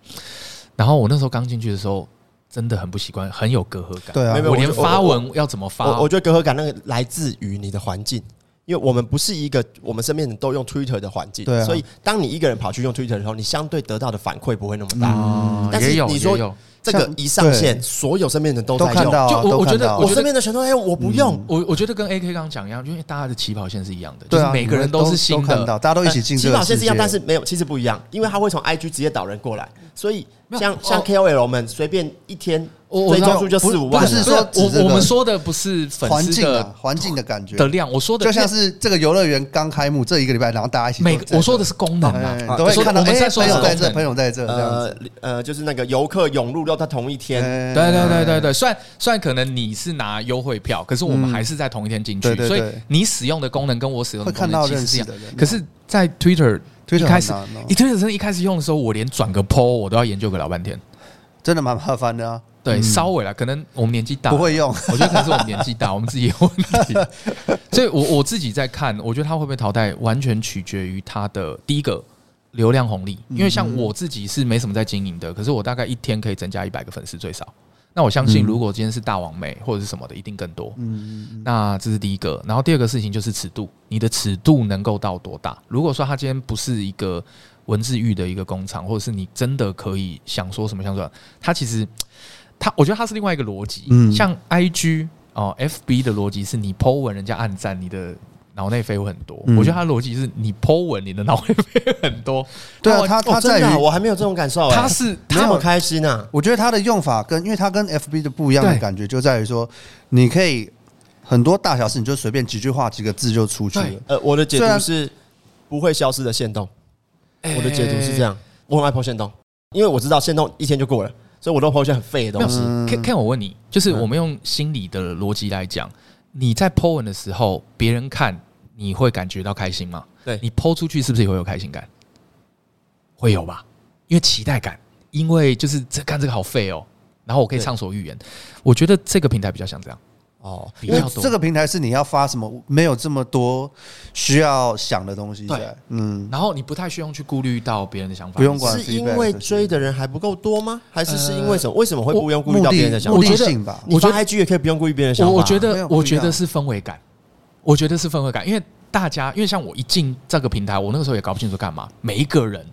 Speaker 2: 然后我那时候刚进去的时候，真的很不习惯，很有隔阂感。
Speaker 4: 对啊
Speaker 3: 没有没有
Speaker 2: 我连
Speaker 3: 我就
Speaker 2: 发文要怎么发，
Speaker 3: 我我觉得隔阂感那个来自于你的环境，因为我们不是一个我们身边人都用 Twitter 的环境，
Speaker 4: 对啊
Speaker 3: 所以当你一个人跑去用 Twitter 的时候，你相对得到的反馈不会那么大。
Speaker 2: 啊
Speaker 3: 但是
Speaker 2: 也有
Speaker 3: 你说
Speaker 2: 也有
Speaker 3: 这个
Speaker 4: 像
Speaker 3: 一上线，
Speaker 4: 对
Speaker 3: 所有身边人都
Speaker 4: 都
Speaker 3: 在
Speaker 4: 看
Speaker 3: 用，
Speaker 4: 到啊，
Speaker 2: 就我
Speaker 4: 都看
Speaker 2: 我觉得嗯
Speaker 4: 到啊
Speaker 3: 我身边的全都哎，我不用，
Speaker 2: 我我觉得跟 AK 刚刚讲一样，因为大家的起跑线是一样的，
Speaker 4: 对
Speaker 2: 就
Speaker 4: 啊，
Speaker 2: 是每个人
Speaker 4: 都
Speaker 2: 是新
Speaker 4: 看到，
Speaker 2: 的。
Speaker 4: 大家都一起进
Speaker 3: 起
Speaker 4: 这个
Speaker 3: 跑线
Speaker 4: 世
Speaker 3: 是一
Speaker 4: 界
Speaker 3: 样，但是没有，其实不一样，因为他会从 IG 直接导人过来，所以
Speaker 2: 没有
Speaker 3: 像像
Speaker 2: 哦
Speaker 3: KOL 们随便一天
Speaker 2: 我我
Speaker 3: 追踪数就
Speaker 4: 不
Speaker 3: 四五万
Speaker 4: 不是
Speaker 3: 了，
Speaker 2: 不
Speaker 4: 说指这
Speaker 2: 我
Speaker 4: 个
Speaker 2: 我们说的不是粉
Speaker 4: 环
Speaker 2: 丝
Speaker 4: 境啊
Speaker 2: 的，
Speaker 4: 环境的感觉，
Speaker 2: 的量，我说的
Speaker 4: 就像是这个游乐园刚开幕这一个礼拜，然后大家一起
Speaker 2: 每个我说的是功能
Speaker 4: 哎
Speaker 2: 啊，
Speaker 4: 都会看到
Speaker 2: 我们
Speaker 4: 哎
Speaker 2: 在说
Speaker 4: 朋
Speaker 2: 的是
Speaker 4: 友在
Speaker 2: 功
Speaker 4: 这，
Speaker 2: 能
Speaker 4: 朋。友在这这样子，
Speaker 3: 呃呃，就是那个游客涌入到他同一天，
Speaker 4: 哎嗯
Speaker 2: 对对对对对，虽然虽然可能你是拿优惠票，可是我们还是在同一天进去，
Speaker 4: 对对
Speaker 2: 所
Speaker 4: 对
Speaker 2: 以你使用的功能跟我使用的
Speaker 4: 会
Speaker 2: 功
Speaker 4: 看到
Speaker 2: 能其
Speaker 4: 认
Speaker 2: 实是一
Speaker 4: 识
Speaker 2: 样
Speaker 4: 的。人，啊
Speaker 2: 可是，在 Twitter
Speaker 4: Twitter
Speaker 2: 一开始
Speaker 4: 很难哦
Speaker 2: 一 Twitter 真的一开始用的时候，我连转个 PO 我都要研究个老半天。
Speaker 4: 真的蛮麻烦的啊，
Speaker 2: 对，稍微啦，可能我们年纪大，
Speaker 4: 不会用，
Speaker 2: 我觉得可能是我们年纪大，我们自己有问题。 所以我我自己在看，我觉得它会不会淘汰，完全取决于它的第一个流量红利。
Speaker 4: 嗯
Speaker 2: 因为像我自己是没什么在经营的，可是我大概一天可以增加一百个粉丝最少。那我相信，如果今天是大王妹或者是什么的，一定更多。
Speaker 4: 嗯，
Speaker 2: 那这是第一个，然后第二个事情就是尺度，你的尺度能够到多大？如果说它今天不是一个文字狱的一个工厂，或者是你真的可以想说什么想说什么，它其实它，我觉得它是另外一个逻辑。
Speaker 4: 嗯
Speaker 2: 像 I G 哦、F B 的逻辑是你 Po 文人家按赞，你的脑内啡会很多。
Speaker 4: 嗯
Speaker 2: 我觉得它的逻辑是你 Po 文，你的脑内啡很多。
Speaker 4: 对啊，
Speaker 2: 完
Speaker 4: 它
Speaker 3: 哦
Speaker 4: 它
Speaker 3: 真
Speaker 4: 在
Speaker 3: 的啊
Speaker 4: 于，
Speaker 3: 我还没有这种感受哎，
Speaker 2: 它是哦
Speaker 3: 你
Speaker 2: 它
Speaker 3: 这么开心啊！
Speaker 4: 我觉得它的用法跟因为它跟 FB 的不一样的
Speaker 2: 对
Speaker 4: 感觉就在于说，你可以很多大小事你就随便几句话几个字就出去了
Speaker 2: 对，
Speaker 3: 呃，我的解
Speaker 4: 哎虽
Speaker 3: 读
Speaker 4: 然
Speaker 3: 是不会消失的线动，
Speaker 2: 哎
Speaker 3: 我的解读是这样，我很爱 PO 线动，因为我知道线动一天就过了，所以我都 PO 一些很废的
Speaker 2: 没有
Speaker 3: 东西。
Speaker 2: Ken Ken，我问你，就是
Speaker 3: 嗯
Speaker 2: 我们用心理的逻辑来讲，你在 Po 文的时候，别人看你会感觉到开心吗？
Speaker 3: 对
Speaker 2: 你 Po 出去是不是也会有开心感？会有吧，因为期待感，因为就是这干这个好废哦，然后我可以
Speaker 3: 对
Speaker 2: 畅所欲言。我觉得这个平台比较像这样，
Speaker 3: 哦，
Speaker 2: 比
Speaker 4: 因为
Speaker 2: 较多
Speaker 4: 这个平台是你要发什么，没有这么多需要想的东西
Speaker 2: 对
Speaker 4: 在，嗯，
Speaker 2: 然后你不太需要去顾虑到别人的想法，
Speaker 4: 不用管
Speaker 3: 是因为追的人还不够多吗？还是是因为什么？为什么会不用顾虑
Speaker 4: 目
Speaker 3: 到别人
Speaker 4: 的
Speaker 3: 的想
Speaker 4: 目
Speaker 3: 法？
Speaker 4: 的性吧，
Speaker 3: 你
Speaker 2: 我觉
Speaker 3: 发
Speaker 2: 得
Speaker 3: IG 也可以不用顾虑别人的想
Speaker 2: 我
Speaker 3: 法。
Speaker 2: 我觉
Speaker 4: 没
Speaker 2: 得，
Speaker 4: 有不一样
Speaker 2: 我觉得是氛围感，我觉得是氛围感，因为大家，因为像我一进这个平台，我那个时候也搞不清楚干嘛，每一个人。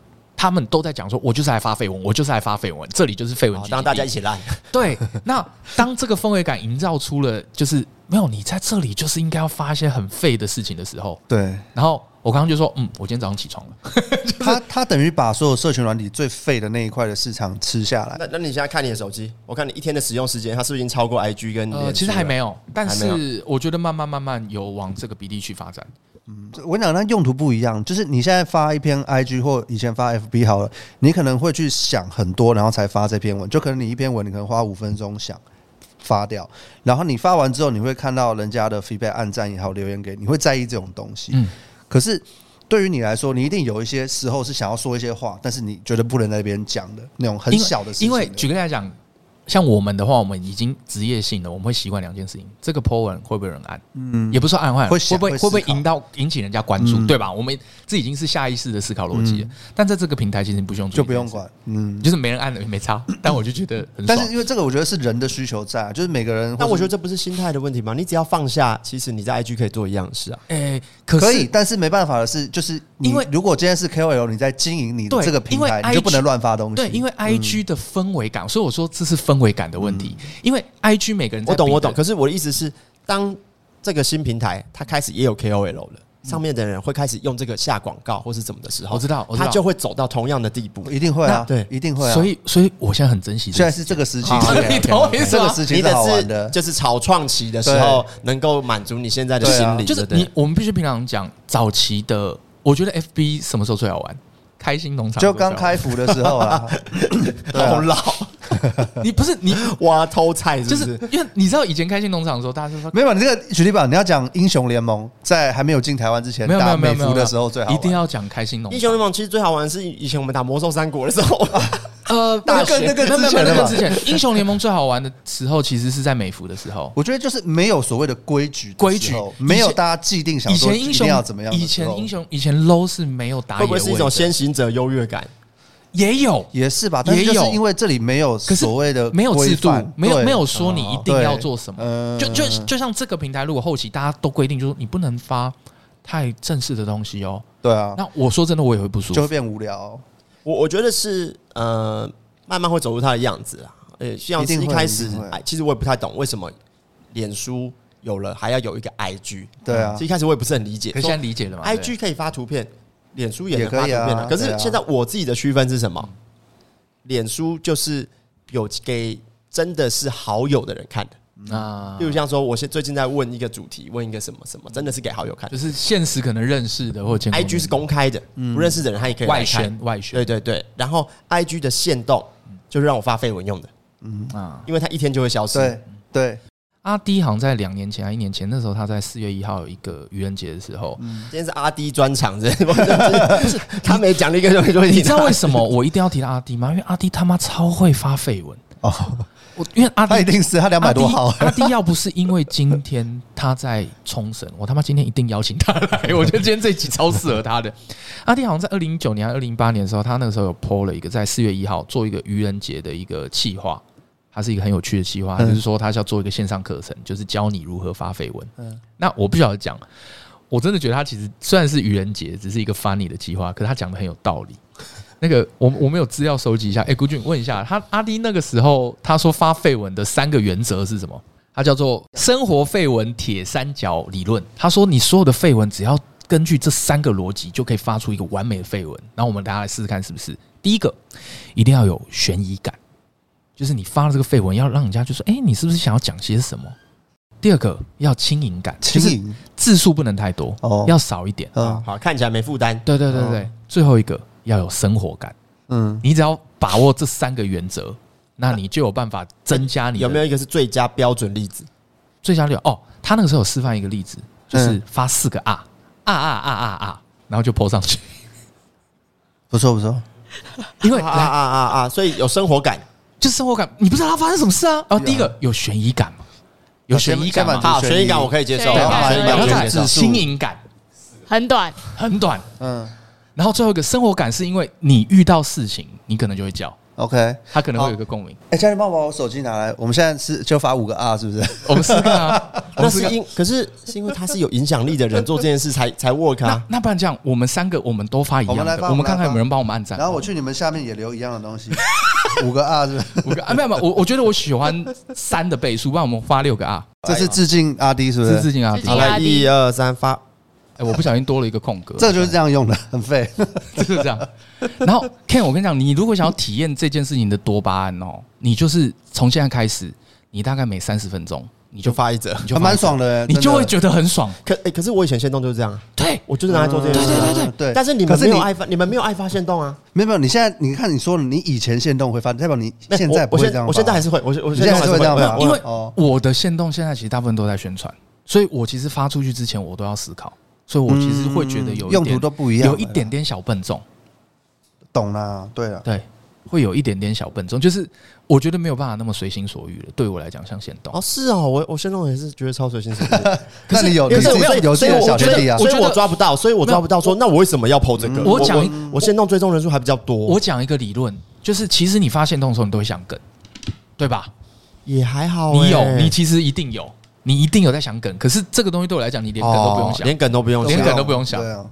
Speaker 2: 他们都在讲说，我就是来发绯闻，我就是来发绯闻，这里就是绯闻
Speaker 3: 好
Speaker 2: 集集地。
Speaker 3: 哦当大家一起来，
Speaker 2: 对，那当这个氛围感营造出了，就是没有你在这里，就是应该要发一些很废的事情的时候，
Speaker 4: 对。
Speaker 2: 然后我刚刚就说，嗯，我今天早上起床了，
Speaker 4: 他他等于把所有社群软体最废的那一块的市场吃下来。
Speaker 3: 那那你现在看你的手机，我看你一天的使用时间，它是不是已经超过 IG 跟你、
Speaker 2: 呃，其实还没。有，但
Speaker 3: 啊还没有
Speaker 2: 是我觉得慢慢慢慢有往这个比例去发展。
Speaker 4: 我跟你讲，那用途不一样，就是你现在发一篇 IG 或以前发 FB 好了，你可能会去想很多，然后才发这篇文。就可能你一篇文，你可能花五分钟想发掉，然后你发完之后，你会看到人家的 feedback 暗赞也好，留言给你，你会在意这种东西。
Speaker 2: 嗯
Speaker 4: 可是。对于你来说，你一定有一些时候是想要说一些话，但是你觉得不能在别人讲的那种很
Speaker 2: 因为
Speaker 4: 小的事情
Speaker 2: 因为举个例来讲，像我们的话，我们已经职业性了，我们会习惯两件事情：这个 po 文会不会有人按？嗯，也不是说按会
Speaker 4: 嗯会
Speaker 2: 会
Speaker 4: 想
Speaker 2: 不会
Speaker 4: 会
Speaker 2: 会不会
Speaker 4: 思考
Speaker 2: 引到引起人家关注，
Speaker 4: 嗯
Speaker 2: 对吧？我们这已经是下意识的思考逻辑了。但在这个平台，其实你不用注意
Speaker 4: 就不用
Speaker 2: 这件事，
Speaker 4: 管，嗯，
Speaker 2: 就是没人按的没 差。但我就觉得很爽。
Speaker 4: 但是因为这个，我觉得是人的需求在、啊，就是每个人。
Speaker 3: 但我觉得这不是心态的问题吗？你只要放下，其实你在 IG 可以做一样的事啊。
Speaker 2: 诶、哎可
Speaker 4: 可以，
Speaker 2: 是
Speaker 4: 但是没办法的是，就是你
Speaker 2: 因为
Speaker 4: 如果今天是 KOL，你在经营你的
Speaker 2: 对
Speaker 4: 这个平
Speaker 2: 因
Speaker 4: 台，
Speaker 2: 为
Speaker 4: 你就
Speaker 2: IG
Speaker 4: 不能乱发东西。嗯
Speaker 2: 对，因为 I G 的氛围感，所以我说这是氛围感的问题。因为 I G 每个人在
Speaker 3: 我懂，
Speaker 2: 比
Speaker 3: 我懂。
Speaker 2: 的
Speaker 3: 可是我的意思是，当这个新平台它开始也有 KOL 了，上面的人会开始用这个下广告或是怎么的时候，
Speaker 2: 我知道我知道
Speaker 3: 他就会走到同样的地步。
Speaker 4: 一定会啊，
Speaker 3: 那对
Speaker 4: 一定会啊。
Speaker 2: 所以所以我现在很珍惜这
Speaker 4: 现在
Speaker 2: 个。
Speaker 4: 是这个时期
Speaker 3: 好，
Speaker 4: 对
Speaker 2: 你懂我意思吗
Speaker 4: 这个时期
Speaker 3: 你
Speaker 4: 是
Speaker 3: 的
Speaker 4: 好玩
Speaker 3: 是
Speaker 4: 的。
Speaker 3: 就是草创期的时候，能够满足你现在的
Speaker 4: 对
Speaker 3: 心
Speaker 4: 啊
Speaker 3: 理，
Speaker 2: 就是
Speaker 3: 对不对
Speaker 2: 你，我们必须平常讲，早期的，我觉得 F B 什么时候最好玩？开心农场
Speaker 4: 就刚
Speaker 2: 的时候
Speaker 4: 开服的时 候啊，对啊
Speaker 3: 好老，
Speaker 2: 最好玩，你不是 你，
Speaker 3: 挖偷菜是
Speaker 2: 就
Speaker 3: 不
Speaker 2: 是
Speaker 3: 是？
Speaker 2: 因为你知道以前开心农场的时候，大家就说
Speaker 4: 没有你这个举例吧，你要讲英雄联盟，在还没有进台湾之前，
Speaker 2: 没有没
Speaker 4: 打
Speaker 2: 有没
Speaker 4: 美
Speaker 2: 有没
Speaker 4: 服
Speaker 2: 有
Speaker 4: 的时候最好玩，
Speaker 2: 一定要讲开心农
Speaker 3: 英
Speaker 2: 场
Speaker 3: 雄。联盟其实最好玩的是以前我们打魔兽三国的时候，
Speaker 2: 呃，
Speaker 4: 那个
Speaker 2: 没
Speaker 4: 那
Speaker 2: 有
Speaker 4: 个
Speaker 2: 没有
Speaker 4: 之前
Speaker 2: 没有
Speaker 4: 的
Speaker 2: 那
Speaker 4: 嘛
Speaker 2: 个之前，英雄联盟最好玩的时候其实是在美服的时候。
Speaker 4: 我觉得就是没有所谓的规矩的时候，
Speaker 2: 规矩
Speaker 4: 没
Speaker 2: 以
Speaker 4: 有
Speaker 2: 前
Speaker 4: 大家既定想
Speaker 2: 以
Speaker 4: 说
Speaker 2: 前英
Speaker 4: 一
Speaker 2: 雄
Speaker 4: 定要怎么样的时候，
Speaker 2: 以前英雄以前 low 是没有打
Speaker 3: 会
Speaker 2: 野
Speaker 3: 不
Speaker 2: 位
Speaker 3: 会
Speaker 2: 的，
Speaker 3: 是一种先行者优越感？
Speaker 2: 也有
Speaker 4: 也是吧，但是
Speaker 2: 也
Speaker 4: 就是
Speaker 2: 有
Speaker 4: 因为这里没有
Speaker 2: 可是
Speaker 4: 所谓的
Speaker 2: 没有制
Speaker 4: 呃规
Speaker 2: 度
Speaker 4: 范，
Speaker 2: 没有
Speaker 4: 对啊
Speaker 2: 没有说你一定
Speaker 4: 对
Speaker 2: 要做什么，
Speaker 4: 嗯
Speaker 2: 就就就像这个平台，如果后期大家都规定，就是你不能发太正式的东西哦。
Speaker 4: 对啊，
Speaker 2: 那我说真的，我也会不舒
Speaker 4: 就会
Speaker 2: 服。
Speaker 4: 变无聊。
Speaker 3: 我我觉得是呃，慢慢会走入它的样子啦。呃，像是
Speaker 4: 一定
Speaker 3: 一
Speaker 4: 会
Speaker 3: 开始
Speaker 4: 一定会，
Speaker 3: 哎其实我也不太懂为什么脸书有了还要有一个 IG。
Speaker 4: 对啊
Speaker 3: 其实一开始我也不是很理解。
Speaker 2: 可是现在理解了嘛对
Speaker 3: 说
Speaker 2: 不对
Speaker 3: IG 可以发图片，脸书也
Speaker 4: 也
Speaker 3: 能发
Speaker 4: 可
Speaker 3: 图
Speaker 4: 以啊
Speaker 3: 片啊。可
Speaker 4: 对
Speaker 3: 是
Speaker 4: 啊
Speaker 3: 现在我自己的区分是什么？脸书就是有给真的是好友的人看的，
Speaker 2: 那
Speaker 3: 例如像说，我现最近在问一个主题，问一个什么什么，真的是给好友看
Speaker 2: 就。是现实可能认识的或者见过
Speaker 3: IG
Speaker 2: 面
Speaker 3: 是公开的，
Speaker 4: 嗯
Speaker 3: 不认识的人他也可以来
Speaker 2: 外
Speaker 3: 看
Speaker 2: 宣外宣
Speaker 3: 对对对，然后 I G 的限动就是让我发绯闻用的，
Speaker 2: 啊。
Speaker 3: 因为它一天就会消失。
Speaker 4: 对对，
Speaker 2: 阿迪好像在两年前还一年前，那时候他在四月一号有一个愚人节的时候，
Speaker 4: 嗯
Speaker 3: 今天是阿 D 专场，这他每讲了一个东西就会
Speaker 2: 你知道为什么我一定要提到阿迪吗？因为阿迪他妈超会发绯闻
Speaker 4: 哦
Speaker 2: 我因为阿
Speaker 4: 他一
Speaker 2: 迪
Speaker 4: 定是他两百多号，
Speaker 2: 阿迪要不是因为今天他在冲绳，我他妈今天一定邀请他来。我觉得今天这一集超适合他的。阿迪好像在二零一九年、二零一八年的时候，他那个时候有 PO 了一个在四月一号做一个愚人节的一个企划，它是一个很有趣的企划，
Speaker 4: 嗯
Speaker 2: 就是说他是要做一个线上课程，就是教你如何发绯闻。嗯，那我不晓得讲，我真的觉得他其实虽然是愚人节，只是一个 funny 的计划，可是他讲的很有道理。那个，我我们有资料收集一下。哎、古俊问一下，他阿迪那个时候他说发绯闻的三个原则是什么？它叫做生活绯闻铁三角理论。他说，你所有的绯闻只要根据这三个逻辑，就可以发出一个完美的绯闻。然后我们大家来试试看是不是？第一个，一定要有悬疑感，就是你发了这个绯闻，要让人家就说，哎、你是不是想要讲些什么？第二个要轻盈感， 就
Speaker 4: 轻
Speaker 2: 是
Speaker 4: 盈
Speaker 2: 字数不能太多，
Speaker 4: 哦
Speaker 2: 要少一点。
Speaker 4: 嗯
Speaker 3: 好看起来没负担。
Speaker 2: 对对对对，最后一个要有生活感。
Speaker 4: 嗯，
Speaker 2: 你只要把握这三个原则，那你就有办法增加你的
Speaker 3: 有没有一个是最佳标准例子？
Speaker 2: 最佳率？哦，他那个时候有示范一个例子，就是
Speaker 4: 嗯
Speaker 2: 发四个啊 R，R R R R R，然啊后就 PO 上去，
Speaker 4: 不错不错，
Speaker 2: 因为
Speaker 3: 啊啊
Speaker 2: 来
Speaker 3: 啊啊啊！所以有生活感。
Speaker 2: 就是生活感，你不知道他发生什么事啊。哦，第一个有悬疑感嘛，有悬疑感
Speaker 4: 先先把
Speaker 2: 嘛，
Speaker 3: 好，悬疑感我可以接受，
Speaker 5: 悬疑感
Speaker 3: 好悬疑
Speaker 2: 然
Speaker 3: 感
Speaker 2: 后
Speaker 3: 我
Speaker 5: 对
Speaker 2: 再
Speaker 3: 可
Speaker 2: 来
Speaker 3: 以接受
Speaker 4: 对。
Speaker 2: 轻盈感
Speaker 5: 很短，
Speaker 2: 很短，
Speaker 4: 嗯
Speaker 2: 然后最后一个生活感是因为你遇到事情，你可能就会叫，
Speaker 4: ，OK，哎
Speaker 2: 他可能会有一个共鸣。，
Speaker 4: 家人帮我把我手机拿来，我们现在是就发五个 R 是不是？
Speaker 2: 我们试试看啊，我
Speaker 3: 那
Speaker 2: 们试试
Speaker 3: 是
Speaker 2: 看。
Speaker 3: 因，可是是因为他是有影响力的人做这件事才才 work
Speaker 2: 那
Speaker 3: 啊。
Speaker 2: 那不然这样，我们三个我们都发一样
Speaker 4: 我们来
Speaker 2: 的，
Speaker 4: 发
Speaker 2: 我们看看
Speaker 4: 我们来发
Speaker 2: 有没有人帮我们按赞。
Speaker 4: 然后我去你们下面也留一样的东西， 五个 R 是不是？
Speaker 2: 五个啊，没有没有，我我觉得我喜欢三的倍数，不然我们发六个啊，
Speaker 4: 这是致敬阿 D 是不
Speaker 2: 是致
Speaker 4: 是？
Speaker 2: 敬啊
Speaker 5: 致。敬
Speaker 3: 好
Speaker 5: 压
Speaker 3: 来，
Speaker 5: 力
Speaker 3: 一二三，发。
Speaker 2: 哎，我不小心多了一个空格，
Speaker 4: 这个就是这样用的， 很废。
Speaker 2: 就是这样。然后 Ken，我跟你讲，你如果想要体验这件事情的多巴胺哦，你就是从现在开始，你大概每三十分钟你
Speaker 3: 你就
Speaker 2: 就
Speaker 3: 发一则。
Speaker 2: 你就
Speaker 4: 还蛮
Speaker 2: 发一次，
Speaker 4: 爽的，
Speaker 2: 你
Speaker 4: 真的
Speaker 2: 就会觉得很爽。
Speaker 3: 可诶可是我以前限动就是这样啊，
Speaker 2: 对，
Speaker 3: 我就是拿来做这件
Speaker 4: 对
Speaker 3: 事啊。
Speaker 4: 对嗯对对
Speaker 3: 但是你
Speaker 4: 可
Speaker 3: 们
Speaker 4: 是
Speaker 3: 没有
Speaker 4: 你
Speaker 3: 爱发，你们没有爱发现动啊。
Speaker 4: 没有没有，你现在你看你说了你以前限动会发，代表你
Speaker 3: 那
Speaker 4: 现
Speaker 3: 哎我
Speaker 4: 在不
Speaker 3: 我
Speaker 4: 会
Speaker 3: 现
Speaker 4: 这样发
Speaker 3: 我现在还是会，我我
Speaker 4: 你现在还是会这样
Speaker 3: 吧
Speaker 4: 吧？
Speaker 2: 因为
Speaker 4: 哦
Speaker 2: 我的线动现在其实大部分都在宣传，所以我其实发出去之前我都要思考，所以我其实会觉得有一
Speaker 4: 嗯用
Speaker 2: 点
Speaker 4: 途都不一样了
Speaker 2: 有一点点小笨重。
Speaker 4: 懂啦，对啊了，
Speaker 2: 对，会有一点点小笨重，就是我觉得没有办法那么随心所欲了。对我来讲，像现动，
Speaker 3: 哦，是哦，我我现在也是觉得超随心所 欲，
Speaker 4: 那你有
Speaker 3: 因
Speaker 4: 你
Speaker 3: 为
Speaker 4: 自己
Speaker 3: 所以
Speaker 4: 有自
Speaker 3: 所
Speaker 4: 己
Speaker 3: 以
Speaker 4: 的
Speaker 3: 我
Speaker 4: 小
Speaker 3: 觉
Speaker 4: 天
Speaker 3: 得
Speaker 4: 地啊
Speaker 2: 我，
Speaker 3: 所以
Speaker 2: 觉得
Speaker 3: 我抓不到，所以我抓不到说，那我为什么要 PO 这个？
Speaker 2: 我讲一
Speaker 3: 我现动追踪人数还比较多
Speaker 2: 我，讲一个理论，就是其实你发现动的时候，你都会想梗，对吧？
Speaker 3: 也还好欸。
Speaker 2: 你有，你其实一定有，你一定有在想梗。可是这个东西对我来讲，你连梗都不用
Speaker 3: 哦
Speaker 2: 想，
Speaker 3: 连梗都不用
Speaker 2: 连
Speaker 3: 想。
Speaker 2: 梗都不用想
Speaker 4: 对啊，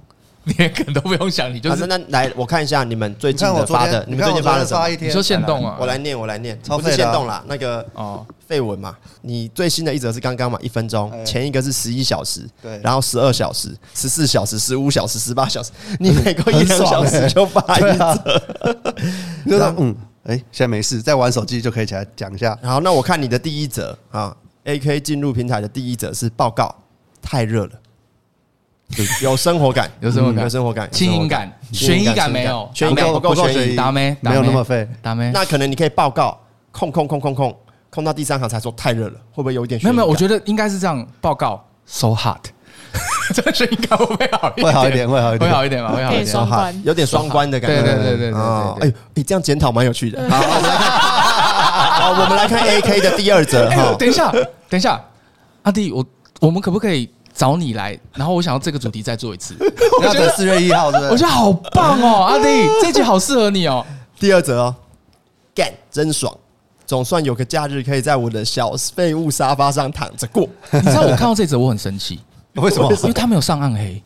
Speaker 2: 你连梗都不用想，你就
Speaker 3: 啊
Speaker 2: 是
Speaker 3: 那那来，我看一下你们最
Speaker 4: 你
Speaker 3: 近
Speaker 4: 看我
Speaker 3: 的
Speaker 4: 昨
Speaker 3: 发
Speaker 4: 天
Speaker 3: 的，你们
Speaker 4: 看
Speaker 3: 最
Speaker 4: 我
Speaker 3: 近
Speaker 4: 昨
Speaker 3: 发
Speaker 4: 天
Speaker 3: 了什么
Speaker 4: 一？天，
Speaker 2: 你说现动啊，
Speaker 3: 我来念，我来念，
Speaker 4: 超
Speaker 3: 不是
Speaker 4: 废的
Speaker 3: 限
Speaker 4: 啊
Speaker 3: 动啦，那个
Speaker 2: 哦，
Speaker 3: 绯闻嘛，你最新的一则是刚刚嘛，一分钟，
Speaker 4: 哎
Speaker 3: 前一个是十一小时，
Speaker 4: 对
Speaker 3: 然后十二小时、十四小时、十五小来，十八 小时，你每过一两
Speaker 4: 很爽
Speaker 3: 小时
Speaker 4: 欸
Speaker 3: 就发一
Speaker 4: 对啊
Speaker 3: 则。
Speaker 4: 你就说嗯，哎，现在没事，在玩手机就可以起来讲一下，
Speaker 3: 然后，那我看你的第一则啊，A K 进入平台的第一则是报告，太 热了，有生活感，
Speaker 2: 有生活感
Speaker 3: 嗯有生活感，
Speaker 2: 轻盈感
Speaker 3: 有生
Speaker 2: 悬
Speaker 3: 活
Speaker 2: 疑感
Speaker 3: 轻
Speaker 2: 没有
Speaker 3: 悬疑感
Speaker 4: 不
Speaker 3: 不够
Speaker 4: 够不够悬
Speaker 3: 悬
Speaker 4: 疑
Speaker 3: 疑。
Speaker 2: 打没？
Speaker 4: 没有那 么废
Speaker 2: 打没？
Speaker 3: 那可能你可以报告空空空空空空到第三行才说太热了，会不会有一点悬疑
Speaker 2: 没有没
Speaker 3: 感？
Speaker 2: 有，我觉得应该是这样报告，so hot，这 个应该会好一点，
Speaker 4: 会好一点会好一点
Speaker 2: 会好一点吧，会好一
Speaker 5: 可以
Speaker 2: 点。
Speaker 5: 双关
Speaker 3: 有点双关的感
Speaker 2: 对
Speaker 3: 觉。
Speaker 2: 对对对对对对
Speaker 3: 哦哎呦，你这样检讨蛮有趣的。好，我们来看 好，我们来看 A K 的第二则
Speaker 2: 哎、
Speaker 3: 哈。
Speaker 2: 等一 下，等一下，阿弟，我我们可不可以找你来？然后我想要这个主题再做一 次，
Speaker 4: 要等四月一号是不
Speaker 2: 我
Speaker 4: 是？
Speaker 2: 觉得好棒 哦，阿弟，这集好适合你哦。
Speaker 3: 第二则哦干真爽，总算有个假日可以在我的小废物沙发上躺着过。
Speaker 2: 你知道我看到这则我很生气，
Speaker 4: 为什么？
Speaker 2: 因为他没有上暗黑，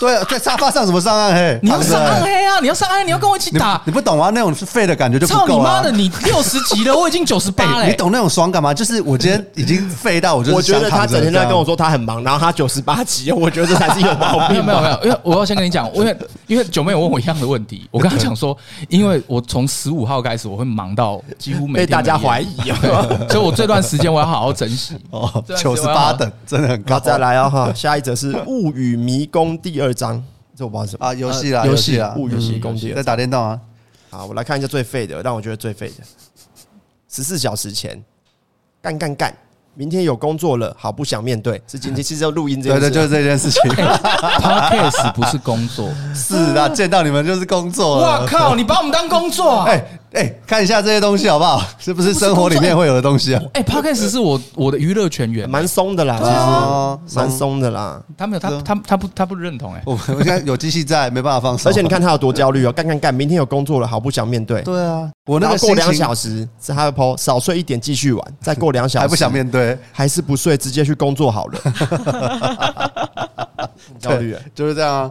Speaker 4: 对啊，在沙发上怎么上暗黑？
Speaker 2: 你要上
Speaker 4: 对不对
Speaker 2: 暗黑啊！你要上暗黑，你要跟我一起
Speaker 4: 你
Speaker 2: 打。
Speaker 4: 你不懂啊，那种是废的感觉就
Speaker 2: 操
Speaker 4: 不
Speaker 2: 你
Speaker 4: 够啊。
Speaker 2: 妈的！你六十级了，我已经九十八
Speaker 4: 哎，
Speaker 2: 了。
Speaker 4: 你懂那种爽感吗？就是我今天已经废到，我就是
Speaker 3: 我觉得
Speaker 4: 想
Speaker 3: 他
Speaker 4: 躺着
Speaker 3: 整天在
Speaker 4: 这样
Speaker 3: 跟我，说他很忙，然后他九十八级， 我觉得这才是有毛
Speaker 2: 没有
Speaker 3: 病
Speaker 2: 没
Speaker 3: 吧。
Speaker 2: 有没有，因为我要先跟你讲，因为因为九妹有问我一样的问题，我跟她讲说，因为我从十五号开始，我会忙到几乎每
Speaker 3: 被
Speaker 2: 天
Speaker 3: 大家
Speaker 2: 每夜
Speaker 3: 怀疑 哦。
Speaker 2: 对所以我这段时间我要好好珍惜。
Speaker 4: 哦
Speaker 3: 啊
Speaker 2: 这，段时间
Speaker 4: 九
Speaker 2: 我
Speaker 4: 十
Speaker 2: 要好
Speaker 4: 八
Speaker 2: 好
Speaker 4: 等真的很
Speaker 3: 然
Speaker 4: 高。
Speaker 3: 后再来啊、哈，下一则是《物语迷宫》第二章，这我不知道是什么。
Speaker 4: 啊，游戏啦，
Speaker 2: 呃游
Speaker 4: 游
Speaker 2: 戏
Speaker 4: 啊，
Speaker 3: 物语迷宫第二
Speaker 4: 在打电动啊，
Speaker 3: 好，我来看一下最废的，让我觉得最废的。十四小时前，干干干！明天有工作了，好不想面对。是 今天其实要录音这
Speaker 4: 对
Speaker 3: 件
Speaker 4: 对，就是
Speaker 3: 事。啊哎
Speaker 4: 这件事
Speaker 2: Podcast
Speaker 4: 情。
Speaker 2: 不是工作， 呃
Speaker 4: 是
Speaker 3: 啊
Speaker 4: 啦，见到你们就是工作
Speaker 2: 哇
Speaker 4: 了。
Speaker 2: 靠！你把我们当工作啊？
Speaker 4: 哎哎，看一下这些东西好不好？是不是生活里面会有的东西啊？
Speaker 2: 哎，Podcast 是我我的娱乐泉源，
Speaker 3: 蛮松的啦，
Speaker 4: 啊
Speaker 3: 其实蛮松的啦。
Speaker 2: 他没有他他他不他不认同哎。
Speaker 4: 我我现在有机器在，没办法放手。
Speaker 3: 而且你，看他有多焦虑哦，干干干！明天有工作了，好不想面对。
Speaker 4: 对啊，我那
Speaker 3: 然
Speaker 4: 个
Speaker 3: 后过
Speaker 4: 心
Speaker 3: 两
Speaker 4: 情
Speaker 3: 小时，是他会 PO 少睡一点，继续玩。再过两小时，
Speaker 4: 还不想面对，
Speaker 3: 还是不睡，直接去工作好 了。 很焦虑欸，
Speaker 4: 对就是这样啊。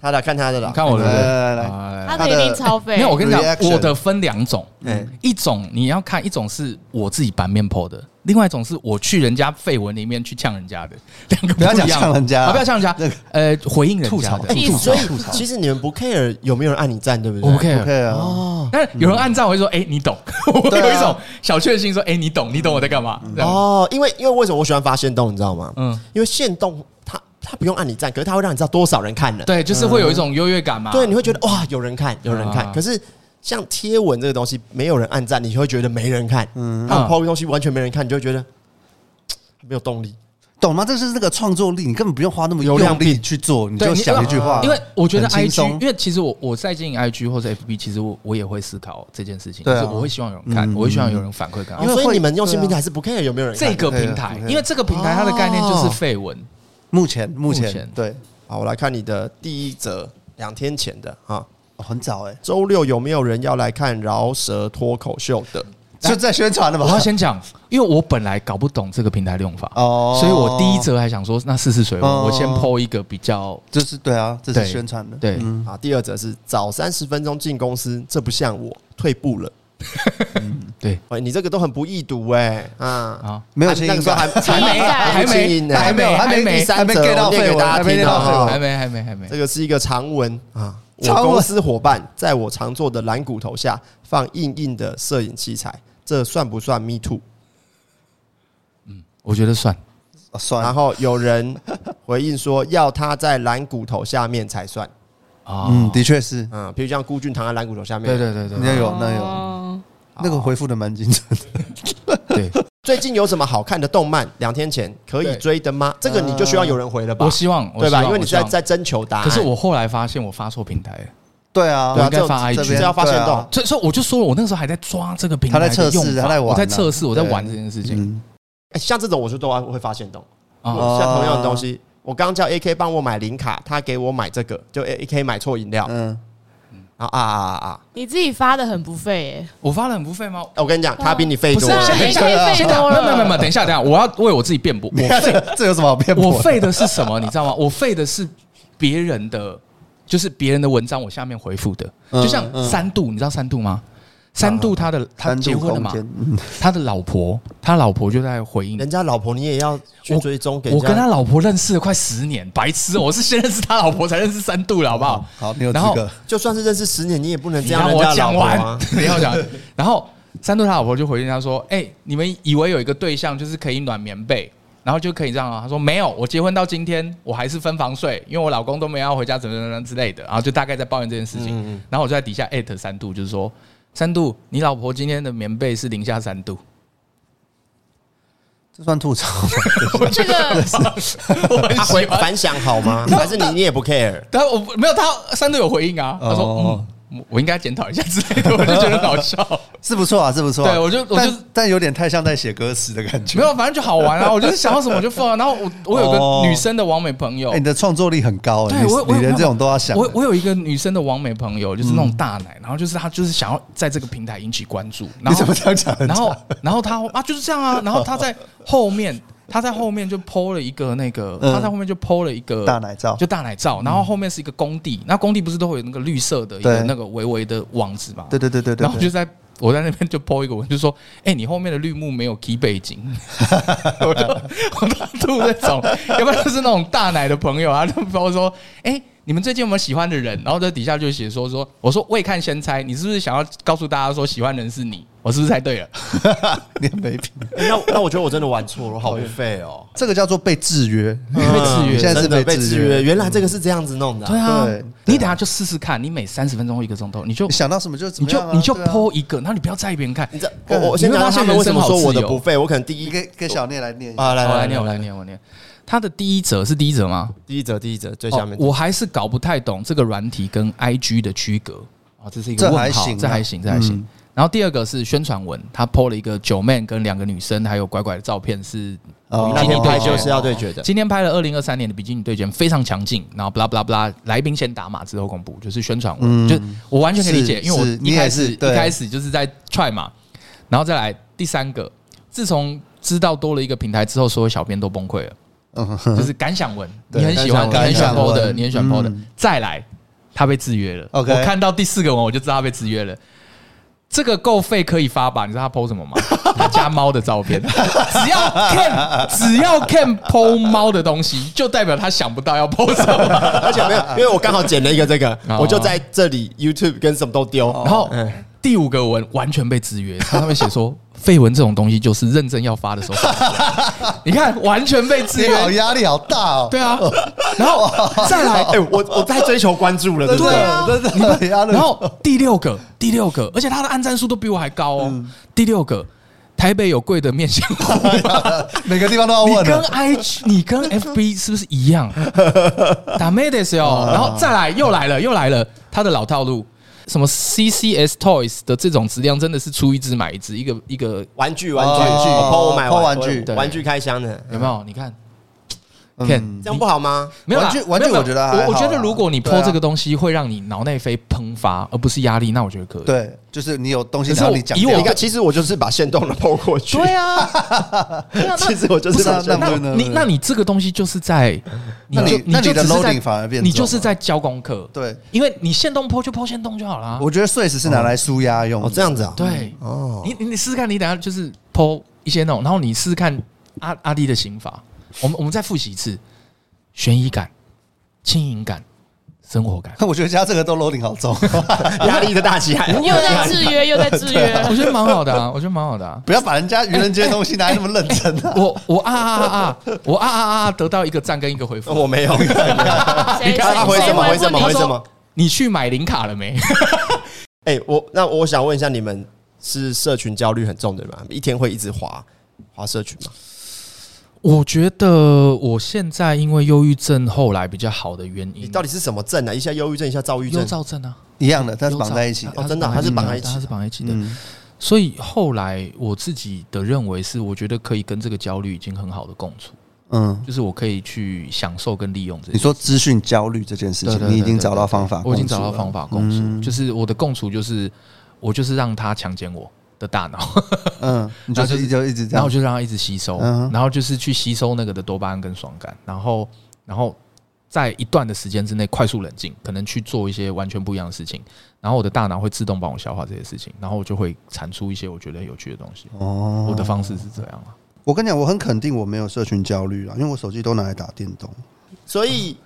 Speaker 3: 他的看他的啦
Speaker 2: 你，看我的，
Speaker 4: 来来来
Speaker 2: 啊来
Speaker 5: 他的一定超废。
Speaker 2: 没有，我跟你讲，
Speaker 4: Reaction
Speaker 2: 我的分两种
Speaker 4: 嗯，
Speaker 2: 一种你要看，一种是我自己版面 PO 的，另外一种是我去人家绯闻里面去呛人家的，两个
Speaker 4: 不要
Speaker 2: 一样
Speaker 4: 讲呛人家
Speaker 2: 啊不要呛人家
Speaker 4: 那个，
Speaker 2: 呃，回应人
Speaker 4: 吐
Speaker 2: 家
Speaker 4: 槽
Speaker 2: 的。
Speaker 5: 意思
Speaker 3: 哎所以其实你们不 care 有没有人按你赞，对不对？
Speaker 2: 我不 care，
Speaker 4: OK 啊，
Speaker 2: 但是有人按赞我会说，哎，你懂， 我
Speaker 4: 对啊
Speaker 2: 有一种小确幸，说，哎，你懂，你懂我在干
Speaker 4: 嗯
Speaker 2: 嘛？这样
Speaker 3: 哦，因为因为为什么我喜欢发现动，你知道吗？
Speaker 2: 嗯
Speaker 3: 嗯，因为现动它它不用按你赞，可是它会让你知道多少人看了。
Speaker 2: 对，就是会有一
Speaker 4: 嗯
Speaker 2: 种优越
Speaker 4: 啊
Speaker 2: 感嘛。
Speaker 3: 对，你会觉得哇，有人看，有人看。
Speaker 2: 啊
Speaker 3: 可是像贴文这个东西，没有人按赞，你就会觉得没人看。嗯，他们抛个东西完全没人看，你就会觉得嘖没有动力。
Speaker 4: 懂吗？这就是那个创作力，你根本不用花那么
Speaker 3: 流量
Speaker 4: 用力去做，你就
Speaker 2: 你哦
Speaker 4: 想一句话。
Speaker 2: 因为我觉得
Speaker 4: 很轻
Speaker 2: IG，
Speaker 4: 松
Speaker 2: 因为其实我我在经营 IG 或者 FB，其实我我也会思考这件事情，就
Speaker 4: 对啊
Speaker 2: 是我会希望有人看，
Speaker 4: 嗯
Speaker 2: 我会希望有人反馈给
Speaker 3: 哦
Speaker 2: 我
Speaker 4: 因。为
Speaker 3: 所以
Speaker 4: 会
Speaker 3: 你们用新
Speaker 4: 对啊
Speaker 3: 平台是不 care 有没有人看
Speaker 2: 这
Speaker 3: 的。
Speaker 2: 个平
Speaker 4: 对啊
Speaker 2: 台
Speaker 4: 对，哦对
Speaker 2: 因为这个平台它的概念就是绯闻，
Speaker 4: 目前目
Speaker 2: 目前
Speaker 4: 前对，
Speaker 3: 好，我来看你的第一则，两天前的啊。
Speaker 4: 哦很早哎，
Speaker 3: 周六有没有人要来看饶舌脱口秀的？
Speaker 4: 就在宣传了吧？
Speaker 2: 我要先讲，因为我本来搞不懂这个平台的用法，
Speaker 4: 哦
Speaker 2: 所以我第一则还想说，那试试水温，
Speaker 4: 哦
Speaker 2: 我先剖一个比较
Speaker 4: 就是对啊，这是
Speaker 2: 对
Speaker 4: 宣传的。
Speaker 2: 对
Speaker 4: 嗯
Speaker 3: 啊，第二则是早三十分钟进公司，这不像我，退步 了。
Speaker 4: 嗯
Speaker 2: 对
Speaker 3: 喂，你这个都很不易读哎、啊，
Speaker 2: 啊，
Speaker 4: 没有
Speaker 3: 啊
Speaker 4: 轻
Speaker 3: 那个
Speaker 4: 音
Speaker 3: 时候
Speaker 4: 感
Speaker 3: 还
Speaker 5: 还 没
Speaker 2: 还
Speaker 3: 还
Speaker 2: 没啊
Speaker 3: 没呢
Speaker 2: 还没
Speaker 4: 还
Speaker 2: 还
Speaker 4: 没
Speaker 2: 没
Speaker 3: 第三
Speaker 4: 没
Speaker 3: 则
Speaker 4: get 到
Speaker 3: 我念
Speaker 4: 废
Speaker 3: 给
Speaker 4: 文
Speaker 3: 大家
Speaker 4: 还没
Speaker 3: 听
Speaker 4: get 到
Speaker 3: 啊
Speaker 4: 废文
Speaker 2: 还没还没还没
Speaker 3: 这，个是一个长文啊，我
Speaker 4: 长文
Speaker 3: 公司伙伴在我常坐的蓝骨头下放硬硬的摄影器材，这算不算 me too？
Speaker 2: 我觉得算，
Speaker 4: 哦算
Speaker 3: 然
Speaker 4: 了，
Speaker 3: 后有人回应说要他在蓝骨头下面才算
Speaker 2: 啊，
Speaker 4: 嗯，的确是，
Speaker 3: 啊，比如像孤俊躺在蓝骨头下面，
Speaker 2: 对对对
Speaker 4: 那
Speaker 2: 对
Speaker 4: 有那有
Speaker 5: 哦
Speaker 3: 好
Speaker 4: 那个回复的蛮精准的。
Speaker 2: 对，
Speaker 3: 最近有什么好看的动漫？两天前可以
Speaker 2: 对呃
Speaker 3: 追的吗？这个你就需要有人回了吧？
Speaker 2: 我希望我
Speaker 3: 对吧？
Speaker 2: 希望
Speaker 3: 因为你
Speaker 2: 我
Speaker 3: 是
Speaker 2: 希
Speaker 3: 在
Speaker 2: 望
Speaker 3: 在征求答案。
Speaker 2: 可是我后来发现我发错平台了。
Speaker 4: 对啊，
Speaker 2: 我
Speaker 3: 对啊，
Speaker 2: 应该
Speaker 3: 这种
Speaker 2: 发 IG
Speaker 3: 这边要发现
Speaker 4: 对
Speaker 3: 到
Speaker 4: 啊
Speaker 2: 所以，所以我就说了，我那个时候还在抓这个平台
Speaker 4: 他
Speaker 2: 的
Speaker 4: 在测试
Speaker 2: 用法
Speaker 4: 他在玩啊
Speaker 2: 我在测试，我在
Speaker 4: 对
Speaker 2: 玩这件事情
Speaker 4: 嗯，
Speaker 3: 哎像这种我就都会发现到。
Speaker 2: 啊。
Speaker 4: 哦
Speaker 3: 像同样的东西，我刚叫 AK 帮我买零卡，他给我买这个，就 AK 买错饮料，
Speaker 4: 嗯，
Speaker 3: 然后啊啊啊啊啊！
Speaker 5: 你自己发的很不费
Speaker 2: 我发了很不费吗？
Speaker 3: 我跟你讲，他比你费
Speaker 2: 不
Speaker 3: 多
Speaker 2: 是，啊，
Speaker 5: 哇
Speaker 2: 先等一下，
Speaker 5: 你可以
Speaker 2: 先
Speaker 5: 废
Speaker 2: 等一
Speaker 5: 多
Speaker 2: 下，
Speaker 5: 了
Speaker 2: 没有没有没有没有，等一下，等一下，我要为我自己辩 驳。
Speaker 4: 你看这这有什么好辩
Speaker 2: 我
Speaker 4: 驳
Speaker 2: 我
Speaker 4: 的？
Speaker 2: 废的是什么？你知道吗？我废的是别人的，就是别人的文章，我下面回复的，
Speaker 4: 嗯
Speaker 2: 就像三度，你知道三度吗？三度他的他
Speaker 4: 三
Speaker 2: 结
Speaker 4: 度
Speaker 2: 婚了
Speaker 4: 空
Speaker 2: 嘛？
Speaker 4: 间，嗯
Speaker 2: 他的老婆，他老婆就在回应
Speaker 3: 人家老婆你也要去追踪给人
Speaker 2: 我
Speaker 3: 家
Speaker 2: 跟他老婆认识了快十年，白痴哦！我是先认识他老婆，才认识三度了，好不好？
Speaker 4: 好，你有资
Speaker 2: 然后
Speaker 4: 格。
Speaker 3: 啊就算是认识十年，你也不能
Speaker 2: 你
Speaker 3: 这样
Speaker 2: 让
Speaker 3: 人
Speaker 2: 我
Speaker 3: 家老
Speaker 2: 讲
Speaker 3: 婆
Speaker 2: 完
Speaker 3: 啊。，
Speaker 2: 你让我讲完。然后三度他老婆就回应他说：“哎、你们以为有一个对象就是可以暖棉被，然后就可以这样啊？”他说：“没有，我结婚到今天，我还是分房睡，因为我老公都没有要回家，怎么怎么之类的。”然后就大概在抱怨这件事情。然后我就在底下艾特三度，就是说：“三度，你老婆今天的棉被是零下三度。
Speaker 4: 这算吐槽吗？
Speaker 5: 耶， 这个
Speaker 2: 我很
Speaker 3: 他
Speaker 2: 喜
Speaker 3: 回
Speaker 2: 欢。
Speaker 3: 反响好吗？还是你你也不 care？
Speaker 2: 但我不没有他三度有回应啊，他说：“
Speaker 4: 哦
Speaker 2: 嗯，我我应该检讨一下之类的。”我就觉得很好笑。
Speaker 4: 是不错啊，是不错啊。
Speaker 2: 对我就我就
Speaker 4: 但但有点太像在写歌词的感觉。
Speaker 2: 没有，反正就好玩啊！我就是想要什么我就放啊。然后我我有
Speaker 4: 哦
Speaker 2: 个女生的完美朋友
Speaker 4: 哎，，你的创作力很高哎，
Speaker 2: 对
Speaker 4: 你
Speaker 2: 我我
Speaker 4: 你连
Speaker 2: 有
Speaker 4: 这种都要想。嗯
Speaker 2: 我我有一个女生的完美朋友，就是那种大奶，然后就是她就是想要在这个平台引起关注，然后
Speaker 4: 你怎么这样讲人家？
Speaker 2: 然后然后她啊就是这样啊，然后她在后面他在后面就剖了一个那个，他在后面就剖了一个
Speaker 4: 嗯大奶罩
Speaker 2: 就大奶罩，然后后面是一个工地，那工地不是都会有那个绿色的一个
Speaker 4: 对
Speaker 2: 那个围围的网子嘛？
Speaker 4: 对对对对对
Speaker 2: 然后我就
Speaker 4: 对，
Speaker 2: 在我在那边就 po 一个文，就说：“哎、你后面的绿幕没有 key 背景。” 我就 我就吐这种，要不然就是那种大奶的朋友啊，就包说：“哎、你们最近有没有喜欢的人？”然后在底下就写说：“说我说未看先猜，你是不是想要告诉大家说喜欢的人是你？我是不是猜对了？
Speaker 4: 你很没品。
Speaker 3: 欸那那我觉得我真的玩错了，我好废哦。
Speaker 4: 这个叫做被制约，
Speaker 3: 嗯
Speaker 2: 被制约
Speaker 4: 你嗯现在是
Speaker 3: 真的被
Speaker 4: 被
Speaker 3: 制
Speaker 4: 制
Speaker 3: 约，
Speaker 4: 约。
Speaker 3: 原来这个是这样子弄的啊、
Speaker 2: 对啊，
Speaker 4: 对
Speaker 2: 你等下就试试看，你每三十分钟或一个钟头，你就
Speaker 4: 你想到什么就怎
Speaker 2: 你
Speaker 4: 么样
Speaker 2: 就
Speaker 4: 啊
Speaker 2: 你就
Speaker 4: 对啊
Speaker 2: po 一个，然后你不要在意别人看。
Speaker 3: 你这
Speaker 4: 干
Speaker 3: 我我先
Speaker 2: 你会
Speaker 3: 讲
Speaker 2: 发现
Speaker 3: 他们为什么
Speaker 2: 人生
Speaker 3: 说
Speaker 2: 好
Speaker 3: 我的
Speaker 2: 自由
Speaker 3: 不废，我可能第
Speaker 4: 你
Speaker 3: 一
Speaker 4: 给给小聂来念一下
Speaker 3: 啊来
Speaker 2: 我
Speaker 3: 来
Speaker 2: 来念，我来念，我念。他的第一则是第一则吗？
Speaker 3: 第一则第一则最下面
Speaker 2: 哦，我还是搞不太懂这个软体跟 IG 的区隔啊、这是一个
Speaker 4: 这
Speaker 2: 问
Speaker 4: 还
Speaker 2: 号，
Speaker 4: 行啊
Speaker 2: 这还行，这还行。
Speaker 4: 嗯
Speaker 2: 然后第二个是宣传文，他 PO 了一个九妹跟两个女生还有乖乖的照片是，
Speaker 4: 哦
Speaker 3: 那天
Speaker 2: 哦
Speaker 3: 拍就是要对决的，
Speaker 2: 今天拍了二零二三年的比基尼对决，非常强劲。然后 blah blah blah，来宾先打码之后公布，就是宣传文，
Speaker 4: 嗯
Speaker 2: 就我完全可以理解，
Speaker 4: 是
Speaker 2: 因为我
Speaker 4: 是
Speaker 2: 一开
Speaker 4: 你也
Speaker 2: 始
Speaker 4: 是
Speaker 2: 一
Speaker 4: 对
Speaker 2: 开始就是在 try 嘛，然后再来第三个，自从知道多了一个平台之后，所有小编都崩溃了。
Speaker 4: 嗯
Speaker 2: 就是感想文，
Speaker 4: 对
Speaker 2: 你很喜欢，你很
Speaker 4: 感
Speaker 2: 喜欢
Speaker 4: 想文
Speaker 2: PO
Speaker 4: 感想
Speaker 2: 的，
Speaker 4: 文
Speaker 2: 你很喜欢 PO 的
Speaker 4: 嗯。
Speaker 2: 再来，他被制约了。
Speaker 4: OK
Speaker 2: 我看到第四个文，我就知道他被制约了。这个够费可以发吧？你知道他 PO 什么吗？ 他家猫的照片，只要 Ken 只要 Ken PO 猫的东西，就代表他想不到要 PO 什 么。
Speaker 3: 而且没有，因为我刚好剪了一个这个，
Speaker 2: 哦
Speaker 3: 我就在这里 YouTube 跟什么都丢，
Speaker 2: 然后第五个文完全被制约，他上面写说绯闻这种东西就是认真要发的时候才发。你看，完全被制
Speaker 4: 你
Speaker 2: 约。
Speaker 4: 好压力好大哦，
Speaker 2: 对啊，然后再 来，
Speaker 3: 哎，我我在追求关注了，对不
Speaker 2: 哦对
Speaker 3: 对？
Speaker 2: 啊
Speaker 4: 真的很压 力。
Speaker 2: 然后第六个，第六个，而且他的按赞数都比我还高哦。
Speaker 4: 嗯
Speaker 2: 第六个，台北有贵的面线 糊吗？
Speaker 4: 每个地方都要
Speaker 2: 你
Speaker 4: 问啊
Speaker 2: 跟
Speaker 4: 哦的，
Speaker 2: IG，你跟 FB 是不是一 样？打妹的时候，然后再来又来了，又来了，他的老套路，什么 CCS Toys 的这种质量真的是出一只买一只，一个一个
Speaker 3: 玩具玩具，
Speaker 4: 玩具
Speaker 2: 哦
Speaker 3: 我帮我买
Speaker 4: 抛玩具
Speaker 3: 我玩具开箱的，
Speaker 2: 有没有？你看，Ken，、
Speaker 4: 嗯
Speaker 3: 这样不好吗？
Speaker 2: 没有啦
Speaker 4: 玩具玩具
Speaker 2: 没有
Speaker 4: 我觉得还好啊
Speaker 2: 我我觉得如果你
Speaker 4: 对啊
Speaker 2: 泼这个东西会让你脑内啡喷发，而不是压力，那我觉得可以。
Speaker 4: 对，就是你有东西，
Speaker 2: 可是
Speaker 4: 然后
Speaker 2: 我
Speaker 4: 你讲
Speaker 2: 以
Speaker 4: 掉，
Speaker 2: 我
Speaker 3: 你看，其实我就是把线动的抛过去，
Speaker 2: 对啊，对啊那
Speaker 3: 其实我就
Speaker 4: 不
Speaker 3: 是
Speaker 4: 是啊
Speaker 3: 把线
Speaker 4: 那
Speaker 3: 动
Speaker 4: 不
Speaker 2: 那你那你这个东西就是在，
Speaker 4: 那
Speaker 2: 就
Speaker 4: 你那
Speaker 2: 就
Speaker 4: 你的
Speaker 2: 只是在
Speaker 4: loading 反而变重了
Speaker 2: 你就是在教功课，
Speaker 4: 对，
Speaker 2: 因为你现动剖就剖现动就好啦。
Speaker 4: 啊我觉得碎石是拿来舒压用的。
Speaker 3: 哦这样子啊，
Speaker 2: 对，
Speaker 3: 哦，
Speaker 2: 你你你试试看，你等下就是剖一些那种，然后你试试看阿阿弟的刑法，我们我们再复习一次，悬疑感、轻盈感、生活 感，
Speaker 4: 我觉得加这个都 loading 好重，
Speaker 3: 压力的大起来，
Speaker 5: 又在制约，又在制
Speaker 2: 我
Speaker 5: 约，
Speaker 2: 觉得蛮好的啊，我觉得蛮好的啊。
Speaker 4: 不要把人家愚人节的东西拿来那么认真啊！
Speaker 2: 我我啊啊啊啊！我啊啊啊啊！得到一个赞跟一个回复，
Speaker 4: 哦
Speaker 3: 我 没有，哎
Speaker 5: 谁
Speaker 3: 啊看他回
Speaker 5: 谁
Speaker 3: 什么
Speaker 5: 谁
Speaker 3: 回什么
Speaker 5: 复
Speaker 3: 回
Speaker 5: 你
Speaker 3: 什
Speaker 5: 说
Speaker 3: 么？
Speaker 2: 你去买零卡了没？
Speaker 3: 哎、我那我想问一下，你们是社群焦虑很重的人吗？一天会一直滑滑社群吗？
Speaker 2: 我觉得我现在因为忧郁症后来比较好的原
Speaker 3: 你
Speaker 2: 因，
Speaker 3: 到底是什么症啊？一下忧郁症，一下躁郁
Speaker 2: 忧
Speaker 3: 症，
Speaker 2: 躁症啊，
Speaker 4: 一样的，但是绑在一起的。
Speaker 3: 哦真的啊它是绑在一起的
Speaker 2: 它是绑在一起的。
Speaker 4: 嗯，
Speaker 2: 所以后来我自己的认为是，我觉得可以跟这个焦虑已经很好的共处，
Speaker 4: 嗯，
Speaker 2: 就是我可以去享受跟利用这
Speaker 4: 你
Speaker 2: 些。
Speaker 4: 说资讯焦虑这件事
Speaker 2: 对对
Speaker 4: 情，
Speaker 2: 对
Speaker 4: 你已经
Speaker 2: 对
Speaker 4: 找
Speaker 2: 对
Speaker 4: 到
Speaker 2: 对
Speaker 4: 方法，
Speaker 2: 我已经找到方
Speaker 4: 法。
Speaker 2: 法共处，
Speaker 4: 嗯
Speaker 2: 就是我的共处就是我就是让他强奸我的大脑，
Speaker 4: 嗯，你就
Speaker 2: 然后就是
Speaker 4: 是就一直这
Speaker 2: 然后
Speaker 4: 样
Speaker 2: 我，就让他一直吸收，
Speaker 4: 嗯哼
Speaker 2: 然后就是去吸收那个的多巴胺跟爽感，然后然后在一段的时间之内快速冷静，可能去做一些完全不一样的事情，然后我的大脑会自动帮我消化这些事情，然后我就会产出一些我觉得有趣的东西。
Speaker 4: 哦
Speaker 2: 我的方式是这样啊，
Speaker 4: 我跟你讲，我很肯定我没有社群焦虑啊，因为我手机都拿来打电动。
Speaker 3: 所以。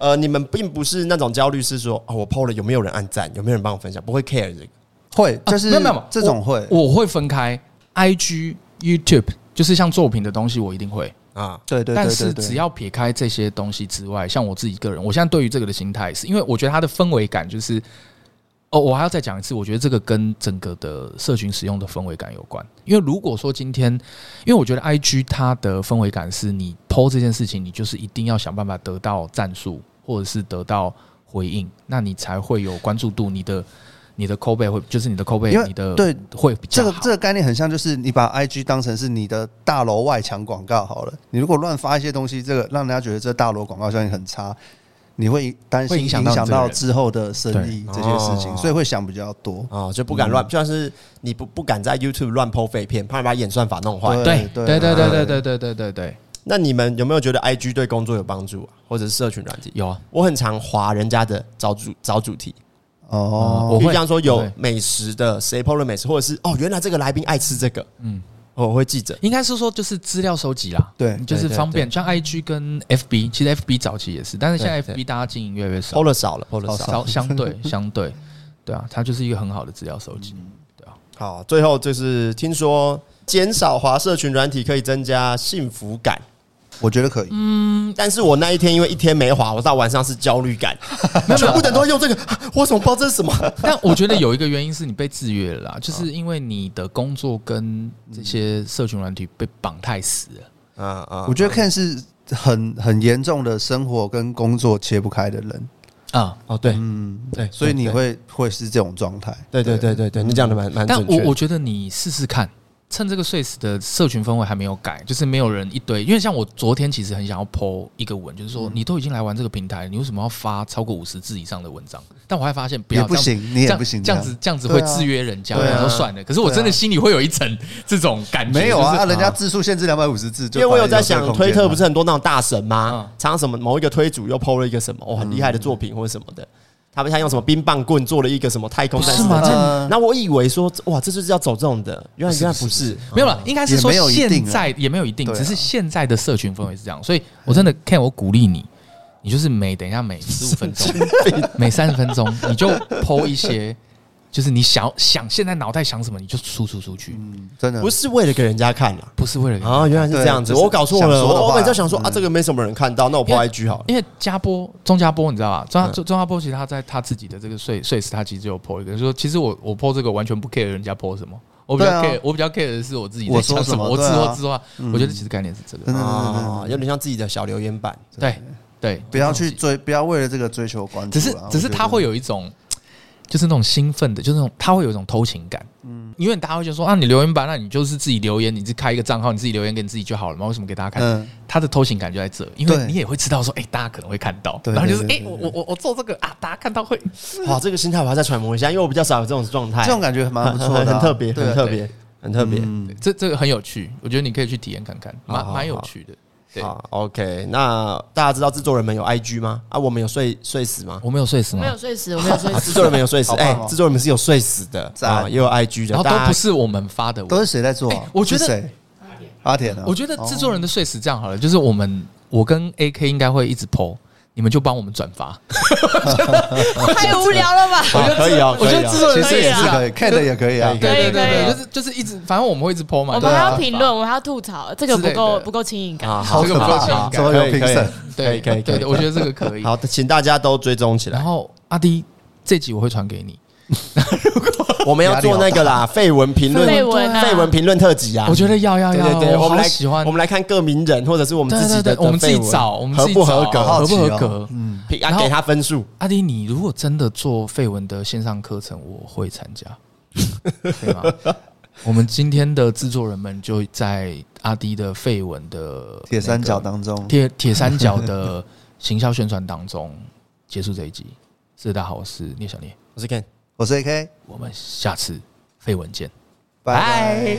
Speaker 3: 呃，你们并不是那种焦虑，是说啊，我 PO 了有没有人按赞，有没有人帮我分享，不会 care 这个。
Speaker 4: 会，就是
Speaker 2: 啊没有没有没有
Speaker 4: 这种会，
Speaker 2: 我会分开 IG、YouTube，就是像作品的东西，我一定会。
Speaker 3: 啊，
Speaker 4: 对对对
Speaker 2: 但
Speaker 4: 对
Speaker 2: 是
Speaker 4: 对
Speaker 2: 只要撇开这些东西之外，像我自己个人，我现在对于这个的心态，是因为我觉得它的氛围感就是，哦，我还要再讲一次，我觉得这个跟整个的社群使用的氛围感有关。因为如果说今天，因为我觉得 I G 它的氛围感是你 PO 这件事情，你就是一定要想办法得到赞数，或者是得到回应，那你才会有关注度，你的你的扣背会就是你的扣背
Speaker 4: 因，为
Speaker 2: 你的
Speaker 4: 对
Speaker 2: 会比
Speaker 4: 这
Speaker 2: 较
Speaker 4: 个
Speaker 2: 好。
Speaker 4: 这个概念很像，就是你把 IG 当成是你的大楼外墙广告好了。你如果乱发一些东西，这个让人家觉得这大楼广告效应很差，你会担心
Speaker 2: 会影
Speaker 4: 影
Speaker 2: 响到你这个人
Speaker 4: 响到之后的生意
Speaker 3: 对
Speaker 4: 这些事
Speaker 3: 哦
Speaker 4: 情，所以会想比较多。
Speaker 3: 啊，就不敢
Speaker 2: 嗯
Speaker 3: 乱，就像是你不不敢在 YouTube 乱 PO 废片，怕把演算法弄坏。
Speaker 2: 对
Speaker 4: 对
Speaker 2: 对对
Speaker 4: 对
Speaker 2: 对对对对对对，
Speaker 3: 那你们有没有觉得 IG 对工作有帮助啊，或者是社群软体？
Speaker 2: 有啊，
Speaker 3: 我很常划人家的找主找主题，
Speaker 4: 哦，
Speaker 2: 我
Speaker 3: 比
Speaker 2: 会
Speaker 3: 如像说
Speaker 2: 我
Speaker 3: 有
Speaker 2: 会
Speaker 3: 美食的，谁 PO 了美食，或者是哦，原来这个来宾爱吃这个，
Speaker 2: 嗯
Speaker 3: 嗯，我会记着。
Speaker 2: 应该是说就是资料收集啦，
Speaker 4: 对
Speaker 2: 就是
Speaker 3: 对对
Speaker 2: 方便，像 IG 跟 FB，其实 FB 早期也是，但是现在
Speaker 3: 对
Speaker 2: FB 大家经营越来越少
Speaker 3: 偷，了少了，偷了少。
Speaker 2: 少相 对相对，对啊，它就是一个很好的资料收集。
Speaker 3: 嗯好，最后就是听说减少滑社群软体可以增加幸福感，
Speaker 4: 我觉得可以。
Speaker 2: 嗯
Speaker 3: 但是我那一天因为一天没滑，我到晚上是焦虑感， 全部的人都在用这个， 我怎么不知道这是什么？
Speaker 2: 但我觉得有一个原因是你被制约了啦，
Speaker 3: 嗯
Speaker 2: 就是因为你的工作跟这些社群软体被绑太死了。
Speaker 3: 啊啊
Speaker 4: 我觉得 Ken 是很很严重的生活跟工作切不开的人，
Speaker 2: 啊、
Speaker 3: 哦，对
Speaker 4: 嗯，
Speaker 3: 对，
Speaker 4: 所以你
Speaker 3: 对
Speaker 4: 会会是这种状态。
Speaker 3: 对对对对对，你讲的蛮蛮
Speaker 2: 但
Speaker 3: 准
Speaker 2: 我
Speaker 3: 确
Speaker 2: 我
Speaker 3: 的。
Speaker 2: 觉得你试试看，趁这个睡死的社群氛围还没有改，就是没有人一堆，因为像我昨天其实很想要 PO 一个文，就是
Speaker 3: 嗯
Speaker 2: 说、你都已经来玩这个平台，你为什么要发超过五十字以上的文章？但我还发现不要
Speaker 4: 也不
Speaker 2: 这样
Speaker 4: 行你也
Speaker 2: 这样
Speaker 4: 不行
Speaker 2: 这样
Speaker 4: 这
Speaker 2: 子
Speaker 4: 样
Speaker 2: 这样子
Speaker 4: 对
Speaker 2: 会
Speaker 4: 啊
Speaker 2: 制约人家，
Speaker 4: 对啊
Speaker 2: 然后算了。可是我真的心里会有一层这种感觉，
Speaker 4: 没有
Speaker 2: 就
Speaker 4: 啊，
Speaker 2: 是
Speaker 4: 啊人家字数限制两百五十字，就
Speaker 3: 因为我有
Speaker 4: 反而
Speaker 3: 在
Speaker 4: 这个
Speaker 3: 想，
Speaker 4: 空间啊
Speaker 3: 推特
Speaker 4: 嘛
Speaker 3: 不是很多那种大神吗
Speaker 2: 嗯？
Speaker 3: 常常什么某一个推主又 PO 了一个什么哦很厉害的作品或者什么的，他们他用什么冰棒棍做了一个什么太空战士
Speaker 2: 是吗这
Speaker 4: 呃
Speaker 3: 那我以为说哇，这就是要走这种的，原来原来不是，哦
Speaker 2: 没有了，应该是说
Speaker 4: 也没有一定啊
Speaker 2: 现在也没有一定，
Speaker 4: 对啊嗯
Speaker 2: 只是现在的社群氛围是这样，所以我真的 Ken，我鼓励你，你就是每等一下每十五分钟，每三十分钟你就剖一些，就是你想想现在脑袋想什么你就输出出去，
Speaker 4: 真的
Speaker 3: 不是为了给人家看啦。
Speaker 2: 不是为了
Speaker 3: 啊，原来是这样子，
Speaker 4: 对
Speaker 3: 我搞错
Speaker 4: 就是
Speaker 3: 了。
Speaker 4: 想说的话
Speaker 3: 我我每次想说啊，
Speaker 4: 嗯
Speaker 3: 这个没什么人看到，那我
Speaker 2: 因
Speaker 3: PO
Speaker 2: 为
Speaker 3: IG 好了。
Speaker 2: 因为加波钟加波，你知道吧？钟
Speaker 4: 嗯
Speaker 2: 加钟加波其实他在他自己的这个碎碎石，他其实就有 po 一个，就说其实我我 po 这个完全不 care 人家 po 什么，我比较
Speaker 4: 对啊
Speaker 2: care、我比较 care 的是我自己在
Speaker 4: 我说
Speaker 2: 想什
Speaker 4: 什
Speaker 2: 么，
Speaker 4: 么
Speaker 2: 我自
Speaker 4: 对啊
Speaker 2: 说自话，我觉得其实概念是这个，
Speaker 4: 真的
Speaker 3: 啊，有点像自己的小留言板。
Speaker 2: 对对，
Speaker 4: 不要去追，不要为了这个追求关注
Speaker 2: 只
Speaker 4: 啦。
Speaker 2: 是只是他
Speaker 4: 我觉
Speaker 2: 会
Speaker 4: 得
Speaker 2: 有一种，就是那种兴奋的，就是那种他会有一种偷情感。嗯，因为大家会觉得说啊，你留言板，那你就是自己留言，你自己开一个账号，你自己留言给你自己就好了嘛，为什么给大家看？
Speaker 4: 嗯
Speaker 2: 他的偷情感就在这，因为
Speaker 4: 对
Speaker 2: 你也会知道说，哎、大家可能会看到，
Speaker 4: 对
Speaker 2: 然后就是哎、
Speaker 4: 对对
Speaker 2: 我我我我做这个啊，大家看到会
Speaker 3: 哇，这个心态我要再揣摩一下，因为我比较少有这种状态，
Speaker 4: 这种感觉蛮不错 的啊，
Speaker 3: 很 很特别，
Speaker 4: 对
Speaker 3: 很特别，很特别。
Speaker 4: 嗯，
Speaker 2: 这这个很有趣，我觉得你可以去体验看看，蛮
Speaker 3: 好好
Speaker 2: 蛮有
Speaker 3: 好
Speaker 2: 趣的。对
Speaker 3: 好，OK。那大家知道制作人们有 IG 吗？啊，我们有睡睡死吗？
Speaker 2: 我没有睡死
Speaker 5: 我
Speaker 2: 吗
Speaker 5: 没？有睡死，我没有睡
Speaker 3: 啊，制
Speaker 5: 死。
Speaker 3: 作人们有睡死，
Speaker 4: 好棒
Speaker 3: 哎
Speaker 4: 哦，
Speaker 3: 制作人们是有睡死的
Speaker 4: 赞
Speaker 3: 啊，也有 IG 的，
Speaker 2: 然后都
Speaker 3: 大家
Speaker 2: 不是我们发的文，
Speaker 4: 都是谁在做啊
Speaker 2: 哎？我觉得
Speaker 4: 是谁阿田啊，
Speaker 2: 我觉得制作人的睡死这样好了，就是我们我跟 AK 应该会一直 PO，你们就帮我们转发。
Speaker 5: 太无聊了吧？
Speaker 3: 啊可以哦，
Speaker 2: 我觉
Speaker 3: 可以
Speaker 2: 得
Speaker 3: 哦
Speaker 2: 制作
Speaker 4: 其
Speaker 2: 人
Speaker 4: 实
Speaker 5: 可以
Speaker 4: 也
Speaker 5: 啊
Speaker 4: 是可以，Ken 的也可以啊
Speaker 3: 可以，
Speaker 5: 可以可以，
Speaker 2: 就是就是一直，反正我们会一直 PO 嘛。
Speaker 5: 我
Speaker 2: 对啊
Speaker 5: 们
Speaker 2: 吧
Speaker 5: 还要评论，我们还要吐槽，这个不
Speaker 2: 之类
Speaker 5: 够
Speaker 2: 的
Speaker 5: 不够轻盈感。
Speaker 3: 啊，
Speaker 4: 好
Speaker 2: 这
Speaker 4: 可
Speaker 2: 个不够
Speaker 4: 怕
Speaker 2: 情
Speaker 4: 啊，
Speaker 2: 感
Speaker 4: 怎么有评审？
Speaker 2: 对
Speaker 3: 对，可以，可
Speaker 2: 对
Speaker 3: 以，
Speaker 2: 对，我觉得这个可以。
Speaker 3: 好，请大家都追踪起
Speaker 2: 然
Speaker 3: 来。
Speaker 2: 后阿迪这集我会传给你，
Speaker 3: 我们要做那个啦，绯闻评论，
Speaker 5: 绯闻啊
Speaker 3: 绯闻评论特辑啊。
Speaker 2: 我觉得要要
Speaker 3: 对
Speaker 2: 要，
Speaker 3: 对对，
Speaker 2: 我
Speaker 3: 我
Speaker 2: 好
Speaker 3: 们来
Speaker 2: 喜欢
Speaker 3: 我。们来看各名人或者是我们
Speaker 2: 对
Speaker 3: 自
Speaker 2: 对
Speaker 3: 己
Speaker 2: 对，
Speaker 3: 的的
Speaker 2: 我们自己
Speaker 3: 绯闻
Speaker 2: 找，我们
Speaker 3: 合
Speaker 2: 自己
Speaker 3: 不合
Speaker 2: 找
Speaker 3: 格，
Speaker 4: 好
Speaker 2: 合不
Speaker 4: 奇
Speaker 2: 合
Speaker 4: 哦
Speaker 2: 格？
Speaker 4: 嗯，
Speaker 3: 评
Speaker 2: 然
Speaker 3: 啊
Speaker 2: 后
Speaker 3: 给他分数。
Speaker 2: 阿迪，你如果真的做绯闻的线上课程，我会参加， 对吗？我们今天的制作人们就在阿迪的绯闻的
Speaker 4: 铁三角
Speaker 2: 那个
Speaker 4: 当中，
Speaker 2: 铁铁三角的行销宣传当中结束这一集。是大家好，我是聂小聂，
Speaker 3: 我是 Ken。
Speaker 4: 我是 AK，
Speaker 2: 我们下次绯闻见。
Speaker 4: 拜拜。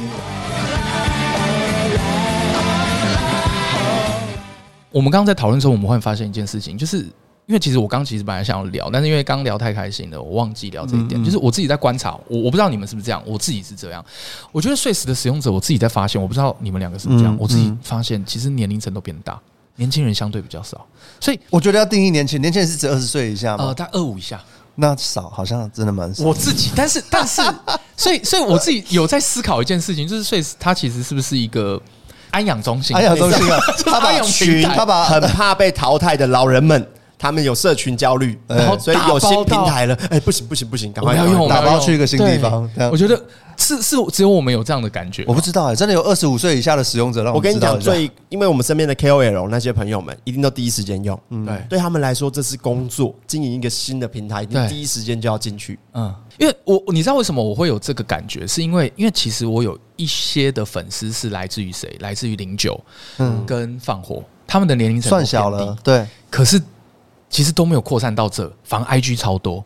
Speaker 2: 我们刚刚在讨论的时候，我们会发现一件事情，就是因为其实我刚其实本来想要聊，但是因为刚聊太开心了，我忘记聊这一
Speaker 4: 嗯
Speaker 2: 点。就是我自己在观察，我我不知道你们是不是这样，我自己是这样。我觉得睡死的使用者，我自己在发现，我不知道你们两个是不是这样。
Speaker 4: 嗯
Speaker 2: 我自己
Speaker 4: 嗯
Speaker 2: 发现，其实年龄层都变大，年轻人相对比较少，所以
Speaker 4: 我觉得要定义年轻，年轻人是指二十岁以下
Speaker 2: 呃，
Speaker 4: 嘛？
Speaker 2: 大概二五以下。
Speaker 4: 那少，好像真的蛮少。
Speaker 2: 我自己，但是但 是，所以所以我自己有在思考一件事情，就是睡死它其实是不是一个安养中心？
Speaker 4: 安养中 心啊，他
Speaker 2: 安
Speaker 4: 把
Speaker 2: 养
Speaker 4: 群，
Speaker 2: 平台
Speaker 4: 他把
Speaker 3: 很怕被淘汰的老人们，他们有社群焦虑，
Speaker 2: 然后
Speaker 3: 所以
Speaker 2: 打包
Speaker 3: 有新平
Speaker 2: 到
Speaker 3: 台了，哎，不行不行不行，赶
Speaker 2: 我们
Speaker 3: 快
Speaker 2: 要
Speaker 3: 赶快
Speaker 2: 用，我们
Speaker 4: 打
Speaker 2: 要
Speaker 4: 包
Speaker 2: 用
Speaker 4: 去一个新地
Speaker 2: 对
Speaker 4: 方这样
Speaker 2: 我觉得是是只有我们有这样的感觉。
Speaker 4: 我不知道哎、真的有二十五岁以下的使用者让
Speaker 3: 我
Speaker 4: 们
Speaker 3: 跟你
Speaker 4: 知道
Speaker 3: 讲，
Speaker 4: 一下
Speaker 3: 最因为我们身边的 KOL 那些朋友们，一定都第一时间用。
Speaker 2: 对
Speaker 3: 对他们来说，这是工作，经营一个新的平台，你
Speaker 2: 对
Speaker 3: 第一时间就要进去。
Speaker 2: 嗯，因为我你知道为什么我会有这个感觉，是因为因为其实我有一些的粉丝是来自于谁？来自于零九，嗯，跟放火，他们的年龄层都
Speaker 4: 算小
Speaker 2: 偏低
Speaker 4: 了，，对，
Speaker 2: 可是其实都没有扩散到
Speaker 4: 嗯
Speaker 2: 这，反而 IG 超多。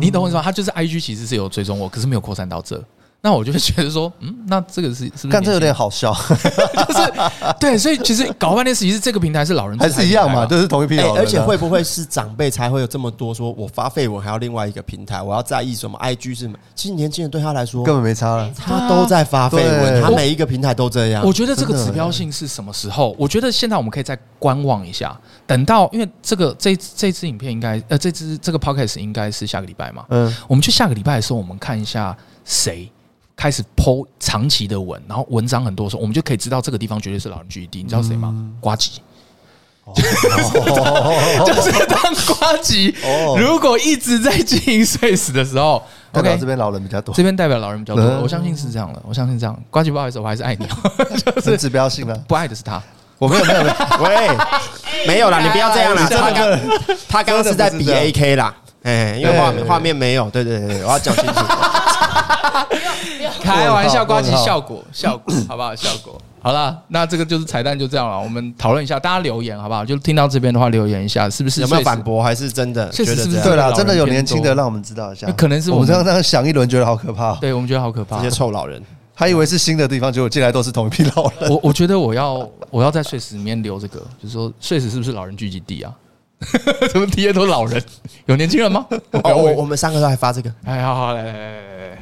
Speaker 2: 你懂我意思吗？他就是 IG 其实是有追踪我，可是没有扩散到这。那我就会觉得说， 嗯，那这个是是不是
Speaker 4: 干这有
Speaker 2: 年轻人
Speaker 4: 点好笑，
Speaker 2: 就是对，所以其实搞半天，其实这个平台是老人
Speaker 4: 还
Speaker 2: 自
Speaker 4: 是一样嘛，
Speaker 2: 对，
Speaker 4: 都是同一批
Speaker 3: 哎、
Speaker 4: 老人啊。
Speaker 3: 而且会不会是长辈才会有这么多？说我发绯闻还要另外一个平台，我要在意什么 IG 是什么？其实年轻人对他来说
Speaker 4: 根，本没差了。
Speaker 3: 他都在发绯
Speaker 4: 对
Speaker 3: 闻，他每一个平台都这样
Speaker 2: 我。觉得这个指标性是什么时候？我觉得现在我们可以再观望一下，等到因为这个这这支影片应该呃这支这个 podcast 应该是下个礼拜嘛，
Speaker 4: 嗯，
Speaker 2: 我们去下个礼拜的时候，我们看一下谁开始剖长期的文，然后文章很多的时候，我们就可以知道这个地方绝对是老人聚集地。你知道谁吗？
Speaker 4: 嗯
Speaker 2: 瓜吉。 就是当瓜吉如果一直在经营睡死的时候
Speaker 4: 代表
Speaker 2: ，OK，
Speaker 4: 这边老人比较多
Speaker 2: 这，边代表老人比较多，
Speaker 4: 嗯
Speaker 2: 我相信是这样的，我相信这样。瓜吉不好意思，我还是爱你，哦
Speaker 4: 很指标性了。
Speaker 2: 不爱的是他。
Speaker 4: 我没有没有没有，
Speaker 3: 喂，没有啦，你不要这样啦，
Speaker 2: 真
Speaker 3: 他
Speaker 2: 的
Speaker 3: 刚他刚刚是在比
Speaker 4: 真的不是
Speaker 3: AK 啦，哎、因为画面
Speaker 4: 对
Speaker 3: 画面没有，对对对对，我要讲清楚。
Speaker 2: 开玩笑，瓜
Speaker 4: 问号
Speaker 2: 吉效果效果好不好？效果好了，那这个就是彩蛋，就这样了。我们讨论一下，大家留言好不好？就听到这边的话，留言一下，是不是
Speaker 3: 有没有
Speaker 2: 睡死
Speaker 3: 反？驳？还是真的
Speaker 2: 呃确
Speaker 3: 觉
Speaker 2: 实
Speaker 3: 得
Speaker 2: 是不
Speaker 3: 这
Speaker 2: 是
Speaker 3: 样
Speaker 4: 对啦，
Speaker 2: 老人
Speaker 4: 真的有年轻
Speaker 2: 偏
Speaker 4: 的，
Speaker 2: 多
Speaker 4: 让我们知道一下。
Speaker 2: 那可能是
Speaker 4: 我
Speaker 2: 我们
Speaker 4: 们刚刚想一轮，觉得好可怕哦，
Speaker 2: 对我们觉得好可怕
Speaker 3: 这。些臭老人？
Speaker 4: 还以为是新的地方，结果进来都是同一批老人。
Speaker 2: 我我觉得我要我要在睡死里面留这个，就是说睡死是不是老人聚集地啊？ 怎么底下都老人？有年轻人吗？
Speaker 3: 哦，我我们三个都还发这个，
Speaker 2: 哎，好好来来来来来来，